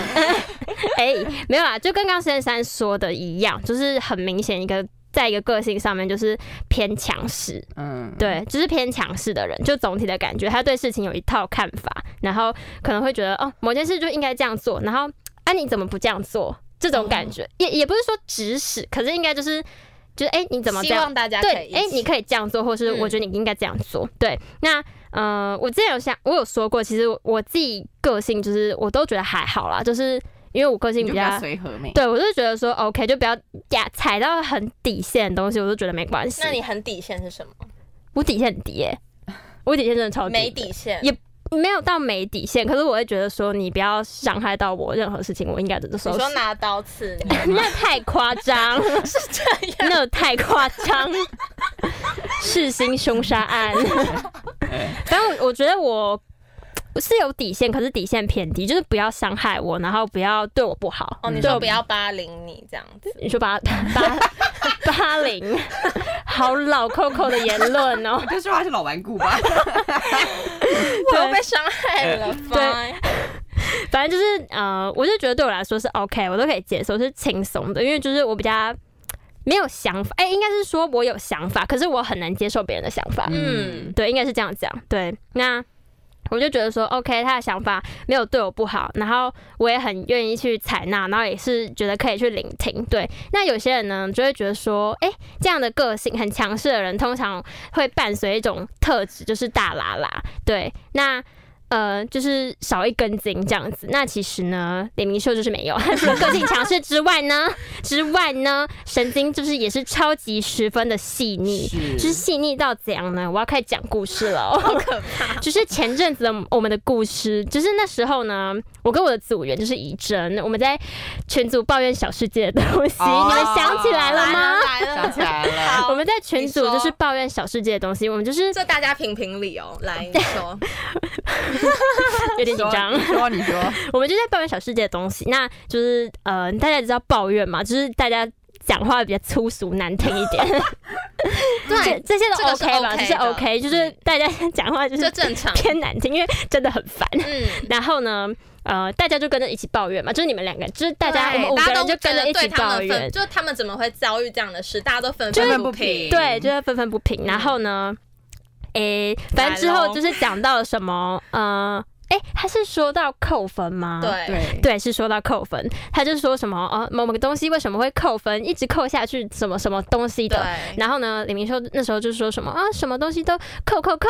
Speaker 3: 哎没有啦，就跟刚刚先生说的一样，就是很明显一个。在一个个性上面就是偏强势，
Speaker 2: 嗯，
Speaker 3: 对，就是偏强势的人，就总体的感觉，他对事情有一套看法，然后可能会觉得哦，某件事就应该这样做，然后啊你怎么不这样做？这种感觉、
Speaker 1: 嗯
Speaker 3: 也也不是说指使，可是应该就是就是哎、你怎么这
Speaker 1: 希
Speaker 3: 样？
Speaker 1: 望大家可以
Speaker 3: 对，
Speaker 1: 一起？
Speaker 3: 哎、你可以这样做，或是
Speaker 1: 嗯
Speaker 3: 我觉得你应该这样做。对，那呃，我之前有想，我有说过，其实我我自己个性就是我都觉得还好啦，就是因为我个
Speaker 2: 你
Speaker 3: 性
Speaker 2: 就
Speaker 3: 比
Speaker 2: 比
Speaker 3: 较
Speaker 2: 较。随和没？
Speaker 3: 对，我就觉得说 OK，就不要呀踩到很底线的东西，我就觉得没关系。
Speaker 1: 那你很底线是什么？
Speaker 3: 我底线很低耶、我底线真的超低，
Speaker 1: 没底线
Speaker 3: 也。没有到没底线，可是我会觉得说你不要伤害到我任何事情，我应该的时
Speaker 1: 你
Speaker 3: 候
Speaker 1: 说拿刀刺 你，
Speaker 3: 那太夸 张，
Speaker 1: 是这样。
Speaker 3: 那太夸 张，弑心凶杀案。反正我我觉得我我是有底线，可是底线偏低，就是不要伤害我，然后不要对我不好。
Speaker 1: 哦，你
Speaker 3: 对
Speaker 1: 说
Speaker 3: 我
Speaker 1: 不要霸凌你这样子，
Speaker 3: 你说八八八零， 好老 Coco 的言论哦。
Speaker 2: 我就说他是老顽固吧。
Speaker 1: 我又被伤害了。fine
Speaker 3: 反正就是呃，我就觉得对我来说是 OK，我都可以接受，是轻松的，因为就是我比较没有想法，哎、应该是说我有想法，可是我很难接受别人的想法，
Speaker 1: 嗯，
Speaker 3: 对，应该是这样讲，对，那。我就觉得说，OK，他的想法没有对我不好，然后我也很愿意去采纳，然后也是觉得可以去聆听。对，那有些人呢，就会觉得说，哎、这样的个性很强势的人，通常会伴随一种特质，就是大喇喇。对，那。呃，就是少一根筋这样子。那其实呢，李明秀就是没有，除了个性强势之外呢，之外呢，神经就是也是超级十分的细腻，就是细腻到怎样呢？我要开始讲故事了哦。
Speaker 1: 好可怕。
Speaker 3: 就是前阵子的我们的故事，就是那时候呢，我跟我的组员就是怡珍，我们在群组抱怨小世界的东西，
Speaker 2: 哦
Speaker 3: 你们想起来了吗？
Speaker 1: 来了
Speaker 2: 想起来了，
Speaker 1: 好
Speaker 3: 我们在群组
Speaker 1: 哦你说
Speaker 3: 就是抱怨小世界的东西，我们就是
Speaker 1: 这大家评评理哦，来你说，
Speaker 3: 有点紧张
Speaker 2: 你。说你说，
Speaker 3: 我们就在抱怨小世界的东西，那就是呃，大家知道抱怨嘛，就是大家讲话比较粗俗难听一点，这
Speaker 1: 对，
Speaker 3: 这些
Speaker 1: 这
Speaker 3: 都
Speaker 1: 个是
Speaker 3: OK 吧，
Speaker 1: OK
Speaker 3: 这些
Speaker 1: 的嗯
Speaker 3: OK，就是大家讲话就
Speaker 1: 这
Speaker 3: 是
Speaker 1: 正常。
Speaker 3: 偏难听，因为真的很 烦。
Speaker 1: 嗯，
Speaker 3: 然后呢，呃，大家就跟着一起抱怨嘛，就是你们两个，就是大家我
Speaker 1: 对
Speaker 3: 们五
Speaker 1: 大
Speaker 3: 个
Speaker 1: 家
Speaker 3: 人
Speaker 1: 都
Speaker 3: 就跟着一
Speaker 1: 觉得
Speaker 3: 起
Speaker 1: 对他们
Speaker 3: 抱
Speaker 1: 分
Speaker 3: 怨，
Speaker 1: 就他们怎么会遭遇这样的事，大家都愤
Speaker 2: 就是
Speaker 1: 愤不
Speaker 2: 不平
Speaker 1: 平。
Speaker 3: 对，就是愤愤不
Speaker 1: 嗯
Speaker 3: 平。然后呢，诶、反正之
Speaker 1: 来
Speaker 3: 后
Speaker 1: 咯
Speaker 3: 就是讲到了什么，呃，诶、他是说到扣分吗？。
Speaker 1: 对，
Speaker 2: 对
Speaker 3: 对，是说到扣分，他就说什么哦，某某个东西为什么会扣分，一直扣下去，什么什么东西的。
Speaker 1: 对，
Speaker 3: 然后呢，李明秀那时候就说什么啊，什么东西都扣扣扣，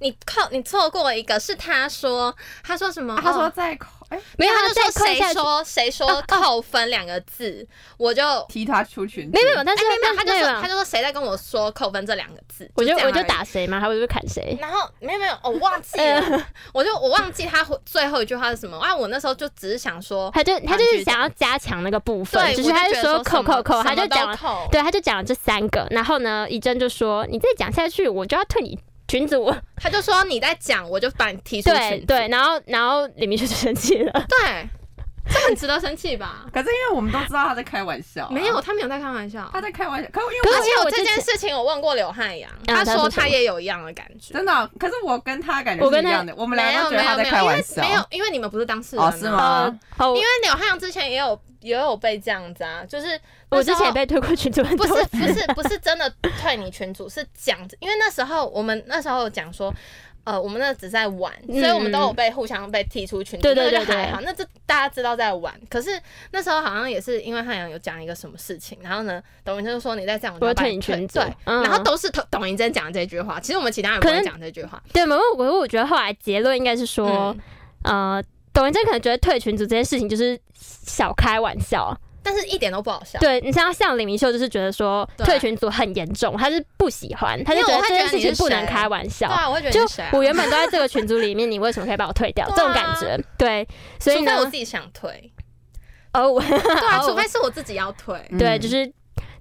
Speaker 1: 你靠，你错过一个是他说，他说什么？
Speaker 2: 啊他说
Speaker 1: 哦
Speaker 2: 在口哎
Speaker 3: 没有，
Speaker 1: 他
Speaker 3: 他
Speaker 1: 就
Speaker 3: 再
Speaker 1: 说
Speaker 3: 扣
Speaker 1: 谁
Speaker 3: 下去，哦
Speaker 1: 说谁说扣分两个字，我就
Speaker 2: 踢他出群组，
Speaker 3: 没有没有，但是
Speaker 1: 哎没有，
Speaker 3: 但
Speaker 1: 他
Speaker 3: 是
Speaker 1: 就
Speaker 3: 没有
Speaker 1: 说他就说谁在跟我说扣分这两个字，
Speaker 3: 我就
Speaker 1: 这样
Speaker 3: 我就
Speaker 1: 而已。
Speaker 3: 打谁嘛，还我就砍谁。
Speaker 1: 然后没有没有，我忘 记
Speaker 3: 呃
Speaker 1: 了，我就我忘记他回最后一句话是什么啊！我那时候就只是想说，
Speaker 3: 他就他就
Speaker 1: 继
Speaker 3: 是
Speaker 1: 续
Speaker 3: 想要加强那个部分，
Speaker 1: 对，
Speaker 3: 只
Speaker 1: 我
Speaker 3: 是他
Speaker 1: 就觉
Speaker 3: 就
Speaker 1: 得
Speaker 3: 说
Speaker 1: 什
Speaker 3: 扣
Speaker 1: 么
Speaker 3: 扣扣，
Speaker 1: 什么
Speaker 3: 他就
Speaker 1: 都
Speaker 3: 讲了，
Speaker 1: 扣，
Speaker 3: 对，他就讲了这三个。然后呢，怡珍就说：“你再讲下去，我就要退你群组。
Speaker 1: 他就说你在讲，我就把你踢”出
Speaker 3: 对
Speaker 1: 群组
Speaker 3: 对，然后然后李明秀就生气了，
Speaker 1: 对，这很值得生气 吧？
Speaker 2: 可是因为我们都知道他在开玩
Speaker 3: 哦
Speaker 2: 笑啊，
Speaker 1: 没有，他没有在开玩笑。
Speaker 2: 他在开玩笑，可因为
Speaker 3: 可
Speaker 1: 而
Speaker 3: 是
Speaker 2: 我
Speaker 1: 且
Speaker 3: 我
Speaker 1: 我
Speaker 3: 之
Speaker 1: 这件
Speaker 3: 前
Speaker 1: 事情我问过刘汉阳，
Speaker 3: 嗯
Speaker 1: 他
Speaker 3: 他说
Speaker 1: 说
Speaker 3: 什么
Speaker 1: 他也有一样的感觉。
Speaker 2: 真的啊，可是我跟他感觉
Speaker 3: 我跟
Speaker 2: 是一
Speaker 3: 他
Speaker 2: 样的，我们
Speaker 1: 没
Speaker 2: 两
Speaker 1: 有
Speaker 2: 个都觉
Speaker 1: 没
Speaker 2: 得
Speaker 1: 有
Speaker 2: 他在
Speaker 1: 没
Speaker 2: 开
Speaker 1: 有，因
Speaker 2: 玩
Speaker 1: 为
Speaker 2: 笑，
Speaker 1: 没有，因为你们不是当事人啊
Speaker 2: 哦是吗？
Speaker 3: 哦
Speaker 1: 因为刘汉阳之前也有也有被这样子啊，就是那
Speaker 3: 我
Speaker 1: 时
Speaker 3: 之
Speaker 1: 候
Speaker 3: 前也被推过群主很
Speaker 1: 不
Speaker 3: 多
Speaker 1: 是不是不是真的退你群组，是讲，因为那时候我们那时候有讲说，呃，我们那只是在玩，
Speaker 3: 嗯
Speaker 1: 所以我们都有被互相被踢出群组，
Speaker 3: 对对
Speaker 1: 那就
Speaker 3: 对对
Speaker 1: 还好，那这大家知道在玩。可是那时候好像也是因为汉阳有讲一个什么事情，然后呢，董云珍就说你在这样，我就
Speaker 3: 我
Speaker 1: 要
Speaker 3: 会
Speaker 1: 把
Speaker 3: 退
Speaker 1: 你
Speaker 3: 你
Speaker 1: 退
Speaker 3: 群组
Speaker 1: 对，
Speaker 3: 嗯
Speaker 1: 然后都是董董云珍讲的这句话，其实我们其他人不
Speaker 3: 可
Speaker 1: 会
Speaker 3: 能
Speaker 1: 讲这句话，
Speaker 3: 对，我我我觉得后来结论应该是说，
Speaker 1: 嗯
Speaker 3: 呃，董文珍可能觉得退群组这件事情就是小开玩笑。
Speaker 1: 但是一点都不好笑。
Speaker 3: 对你像像李明秀就是觉得说
Speaker 1: 对
Speaker 3: 退群组很严重，他是不喜欢，他就觉
Speaker 1: 因为
Speaker 3: 得
Speaker 1: 我
Speaker 3: 这
Speaker 1: 会
Speaker 3: 件事
Speaker 1: 觉得
Speaker 3: 情
Speaker 1: 你是
Speaker 3: 不能
Speaker 1: 谁
Speaker 3: 开玩笑
Speaker 1: 对。啊，我会觉得
Speaker 3: 就
Speaker 1: 你是谁啊
Speaker 3: 我原本都在这个群组里面，你为什么可以把我退掉？
Speaker 1: 对啊
Speaker 3: 这种感觉，对，所以
Speaker 1: 除
Speaker 3: 呢
Speaker 1: 非，我自己想 退，
Speaker 3: 哦，我
Speaker 1: 对啊，
Speaker 3: 哦
Speaker 1: 除非是我自己要 退。
Speaker 2: 嗯
Speaker 3: 对，就是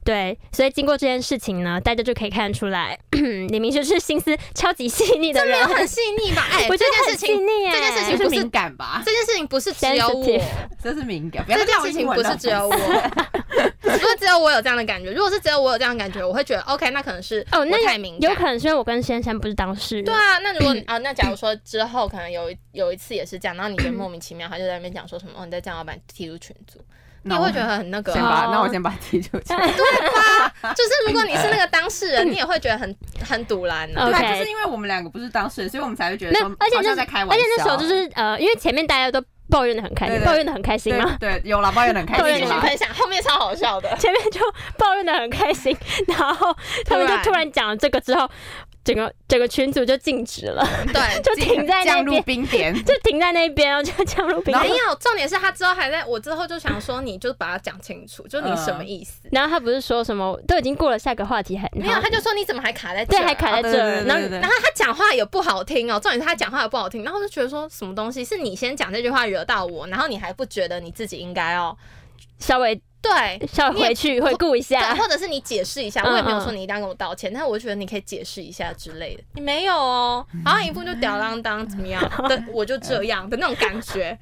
Speaker 3: 对，所以经过这件事情呢，大家就可以看出来， 李明秀是心思超级细腻的
Speaker 1: 这没
Speaker 3: 人
Speaker 1: 有，很细腻吧？哎、
Speaker 3: 我
Speaker 1: 这
Speaker 3: 觉得
Speaker 1: 件
Speaker 3: 很
Speaker 1: 事
Speaker 3: 细
Speaker 1: 情，
Speaker 3: 腻耶，
Speaker 1: 这件事情
Speaker 2: 这
Speaker 1: 不
Speaker 2: 是
Speaker 1: 是
Speaker 2: 敏感吧？
Speaker 1: 这件事情不是只有我
Speaker 3: Sensitive，
Speaker 2: 这是敏感，不 要
Speaker 1: 这
Speaker 2: 再
Speaker 1: 件
Speaker 2: 绕
Speaker 1: 事
Speaker 2: 英
Speaker 1: 情
Speaker 2: 文
Speaker 1: 不
Speaker 2: 了
Speaker 1: 是只有我， 不是只有我有这样的感觉。如果是只有我有这样的感觉，我会觉得 OK，那可能是
Speaker 3: 哦，那
Speaker 1: 我
Speaker 3: 有
Speaker 1: 太敏
Speaker 3: 有
Speaker 1: 感。
Speaker 3: 可能是因为我跟先生不是当事人，
Speaker 1: 对啊，那如果 啊，那假如说之后可能有一有一次也是这样，然后你觉得莫名其妙，他就在那边讲说什么哦，你再这样，要把你踢出群组，你
Speaker 2: 那
Speaker 1: 也
Speaker 2: 我
Speaker 1: 会觉得很那个
Speaker 2: 先
Speaker 1: 啊。
Speaker 2: 把，
Speaker 3: 哦
Speaker 2: 那我先把它踢出去。
Speaker 1: 就是如果你是那个当事人，你也会觉得很很堵然呢。
Speaker 3: OK
Speaker 2: 对啊，就是因为我们两个不是当事人，所以我们才会觉得
Speaker 3: 没有
Speaker 2: 说，
Speaker 3: 而且
Speaker 2: 好
Speaker 3: 那
Speaker 2: 像在开
Speaker 3: 而
Speaker 2: 玩
Speaker 3: 且
Speaker 2: 笑。
Speaker 3: 那时候
Speaker 1: 哦
Speaker 3: 就是呃，因为前面大家都抱怨的很开心，
Speaker 2: 对对
Speaker 3: 抱怨的很开心嘛
Speaker 2: 对，对，有啦，抱怨得很开
Speaker 3: 抱怨
Speaker 1: 你
Speaker 3: 得
Speaker 1: 继
Speaker 2: 心
Speaker 1: 续
Speaker 3: 很
Speaker 2: 啦。
Speaker 1: 分享，后面超好笑的。
Speaker 3: 前面就抱怨的很开心， 然后他们就
Speaker 1: 突然
Speaker 3: 突然讲了这个之后，整个整个群组就静止了，
Speaker 1: 对，
Speaker 3: 就停在那
Speaker 2: 降入
Speaker 3: 边，
Speaker 2: 冰点，
Speaker 3: 就停在那边，然后就降入冰
Speaker 2: 然后
Speaker 3: 点。
Speaker 1: 没有，重点是他之后还在我之后就想说，你就把它讲清楚，就你什
Speaker 2: 嗯
Speaker 1: 么意思？
Speaker 3: 然后他不是说什么都已经过了下个话题还
Speaker 1: 没有，他就说你怎么还卡在这
Speaker 3: 对
Speaker 1: 儿啊？
Speaker 3: 还卡在
Speaker 2: 对
Speaker 3: 这
Speaker 2: 对
Speaker 3: 儿，
Speaker 2: 哦对
Speaker 3: 然
Speaker 2: 对
Speaker 3: 后
Speaker 2: 对
Speaker 1: 然后他讲话也不好听哦，重点是他讲话也不好听，然后我就觉得说什么东西是你先讲这句话惹到我，然后你还不觉得你自己应该哦，
Speaker 3: 稍微
Speaker 1: 对
Speaker 3: 稍微回去回顾一下
Speaker 1: 对，，啊或者是你解释一下，
Speaker 3: 嗯
Speaker 1: 我也没有说你一定要跟我道歉，但是我觉得你可以解释一下之类的，你没有哦，好像一副就吊郎当怎么样的，我就这 样的那种感觉。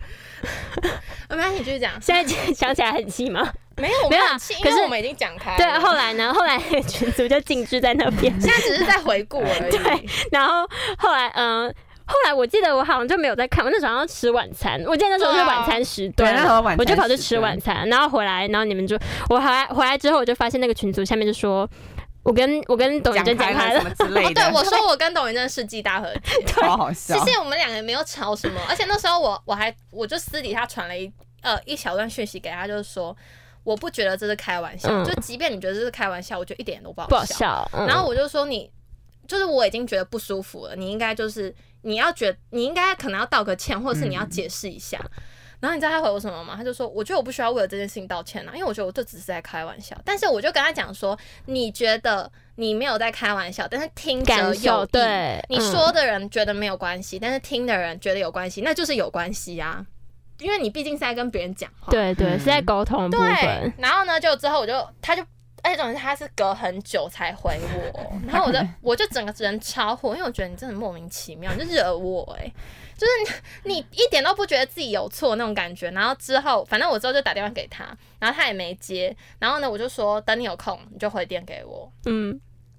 Speaker 1: 没关系，你继续讲，
Speaker 3: 现在想起来很气吗？
Speaker 1: 没有，我
Speaker 3: 没
Speaker 1: 们
Speaker 3: 有啊
Speaker 1: 很气，
Speaker 3: 可
Speaker 1: 因
Speaker 3: 是
Speaker 1: 为我们已经讲开了，
Speaker 3: 对，后来呢？后来那个群组就静置在那边，
Speaker 1: 现在只是在回顾 而已。
Speaker 3: 对然后后来，嗯、后来我记得我好像就没有在看，我那时候好像吃晚餐，我记得那时候是晚餐时
Speaker 2: 对
Speaker 3: 段，
Speaker 2: 那时候晚餐
Speaker 3: 我就跑去
Speaker 2: 时
Speaker 3: 吃
Speaker 2: 段
Speaker 3: 晚餐，然后回来，然后你们就我回来回来之后，我就发现那个群组下面就说。我跟我跟董宇
Speaker 2: 讲
Speaker 3: 臻讲
Speaker 2: 开了
Speaker 3: 开了
Speaker 2: 什，么之类
Speaker 1: 哦，
Speaker 2: 的，
Speaker 1: 对，我说我跟董宇臻世纪大和解。
Speaker 2: 超 好
Speaker 1: 其
Speaker 2: 笑。
Speaker 3: 啊
Speaker 1: 实我们两个也没有吵什么，而且那时候我我还我就私底下传了一呃一小段讯息给他，就是说我不觉得这是开玩笑，
Speaker 3: 嗯
Speaker 1: 就即便你觉得这是开玩笑，我觉得一点都不好
Speaker 3: 不好笑。嗯
Speaker 1: 然后我就说你，就是我已经觉得不舒服了，你应该就是你要觉，你应该可能要道个歉，或者是你要解释一下。
Speaker 3: 嗯
Speaker 1: 然后你知道他回我什么吗？他就说：“我觉得我不需要为了这件事情道歉啊，因为我觉得我这只是在开玩笑。”但是我就跟他讲说：“你觉得你没有在开玩笑，但是听者
Speaker 3: 感
Speaker 1: 有
Speaker 3: 受
Speaker 1: 意
Speaker 3: 对
Speaker 1: 你
Speaker 3: 嗯
Speaker 1: 说的人觉得没有关系，但是听的人觉得有关系，那就是有关系啊，因为你毕竟是在跟别人讲话。”
Speaker 3: 对对
Speaker 2: 嗯
Speaker 3: 是在沟通的部
Speaker 1: 对
Speaker 3: 分，，
Speaker 1: 然后呢，就之后我就他就。而且总之他是隔很久才回我，然 后我就我就整个人超火，因为我觉得你真的莫名其妙，你就惹我哎、就是你你一点都不觉得自己有错那种感觉。然后之后，反正我之后就打电话给他，然后他也没接。然后呢，我就说等你有空你就回电给我。
Speaker 3: 嗯，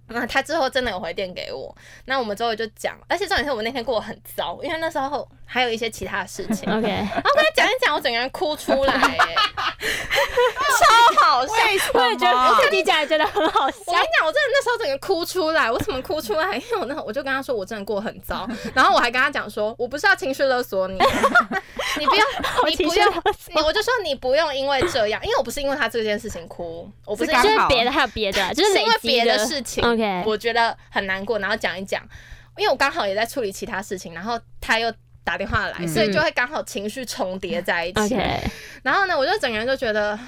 Speaker 1: 那啊他之后真的有回电给我，那我们之后就讲。而且重点是我们那天过得很糟，因为那时候还有一些其他的事 情。
Speaker 3: OK，
Speaker 1: 然后跟他讲一讲，我整个人哭出来、 欸，超好笑。
Speaker 2: 为什么？
Speaker 3: 我也觉 得我跟你讲也觉得很好笑
Speaker 1: 我跟，你讲，我真的那时候整个哭出来。我怎么哭出来？因为我那我就跟他说，我真的过得很 糟。然后我还跟他讲说，我不是要情绪勒索你，你不用，
Speaker 3: 好
Speaker 1: 你
Speaker 3: 情
Speaker 1: 不
Speaker 3: 绪
Speaker 1: 用
Speaker 3: 勒，
Speaker 1: 你我就说你不用因为这样，因为我不是因为他这件事情哭，我不是
Speaker 2: 是刚
Speaker 3: 就
Speaker 1: 因为
Speaker 3: 是
Speaker 2: 好
Speaker 3: 别的还有别的，嗯就是
Speaker 1: 是
Speaker 3: 累
Speaker 1: 因为
Speaker 3: 积
Speaker 1: 别的事情
Speaker 3: OK
Speaker 1: 我觉得很难过，然后讲一讲，因为我刚好也在处理其他事情，然后他又打电话来，
Speaker 2: 嗯
Speaker 1: 所以就会刚好情绪重叠在一起。
Speaker 3: OK
Speaker 1: 然后呢，我就整个人就觉得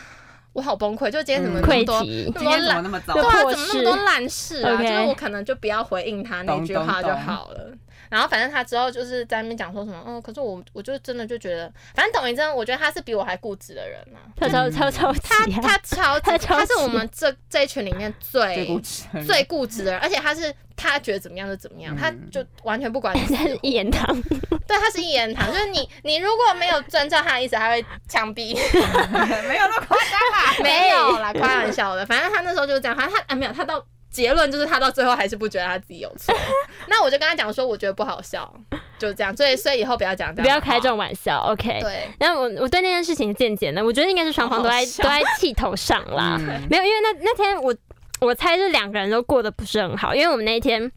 Speaker 1: 我好崩溃，就今天怎么那么
Speaker 3: 嗯溃
Speaker 1: 多、嗯
Speaker 3: 堤，
Speaker 1: 那
Speaker 2: 今
Speaker 1: 么多
Speaker 2: 天怎么
Speaker 1: 烂，
Speaker 2: 那么早
Speaker 1: 对？啊，
Speaker 3: 破
Speaker 1: 怎么那么
Speaker 3: 事
Speaker 1: 多烂事啊
Speaker 3: OK
Speaker 1: 就是我可能就不要回应他那句话就好了。然后反正他之后就是在那边讲说什么，嗯，可是我我就真的就觉得，反正董一真，我觉得他是比我还固执的人啊。
Speaker 3: 他超超超
Speaker 1: 他
Speaker 3: 级啊，
Speaker 1: 他超级
Speaker 3: 他超
Speaker 1: 他
Speaker 3: 级
Speaker 1: 是我们这这一群里面
Speaker 2: 最
Speaker 1: 最
Speaker 2: 固执
Speaker 3: 嗯
Speaker 2: 的人，
Speaker 1: 最固执的人，而且他是他觉得怎么样就怎么样，
Speaker 2: 嗯
Speaker 1: 他就完全不 管你 死
Speaker 3: 他是一言堂，
Speaker 1: 对，他是一言堂，就是你你如果没有遵照他的意思，他会枪毙。
Speaker 2: 没有那么夸张 啦。
Speaker 1: 没有 啦，开玩笑的。反正他那时候就是这样，反正他啊没有，他到结论就是他到最后还是不觉得他自己有错。 那我就跟他讲说，我觉得不好笑，就这样。所以所以以后不要讲这样，
Speaker 3: 不要开这。种玩笑，OK。
Speaker 1: 对，
Speaker 3: 但我我对那件事情的见解呢，我觉得应该是双方都在
Speaker 1: 好好
Speaker 3: 都
Speaker 1: 笑
Speaker 3: 在气头上啦。
Speaker 2: 嗯
Speaker 3: 没有，因为那那天我我猜是两个人都过得不是很好，因为我们那一天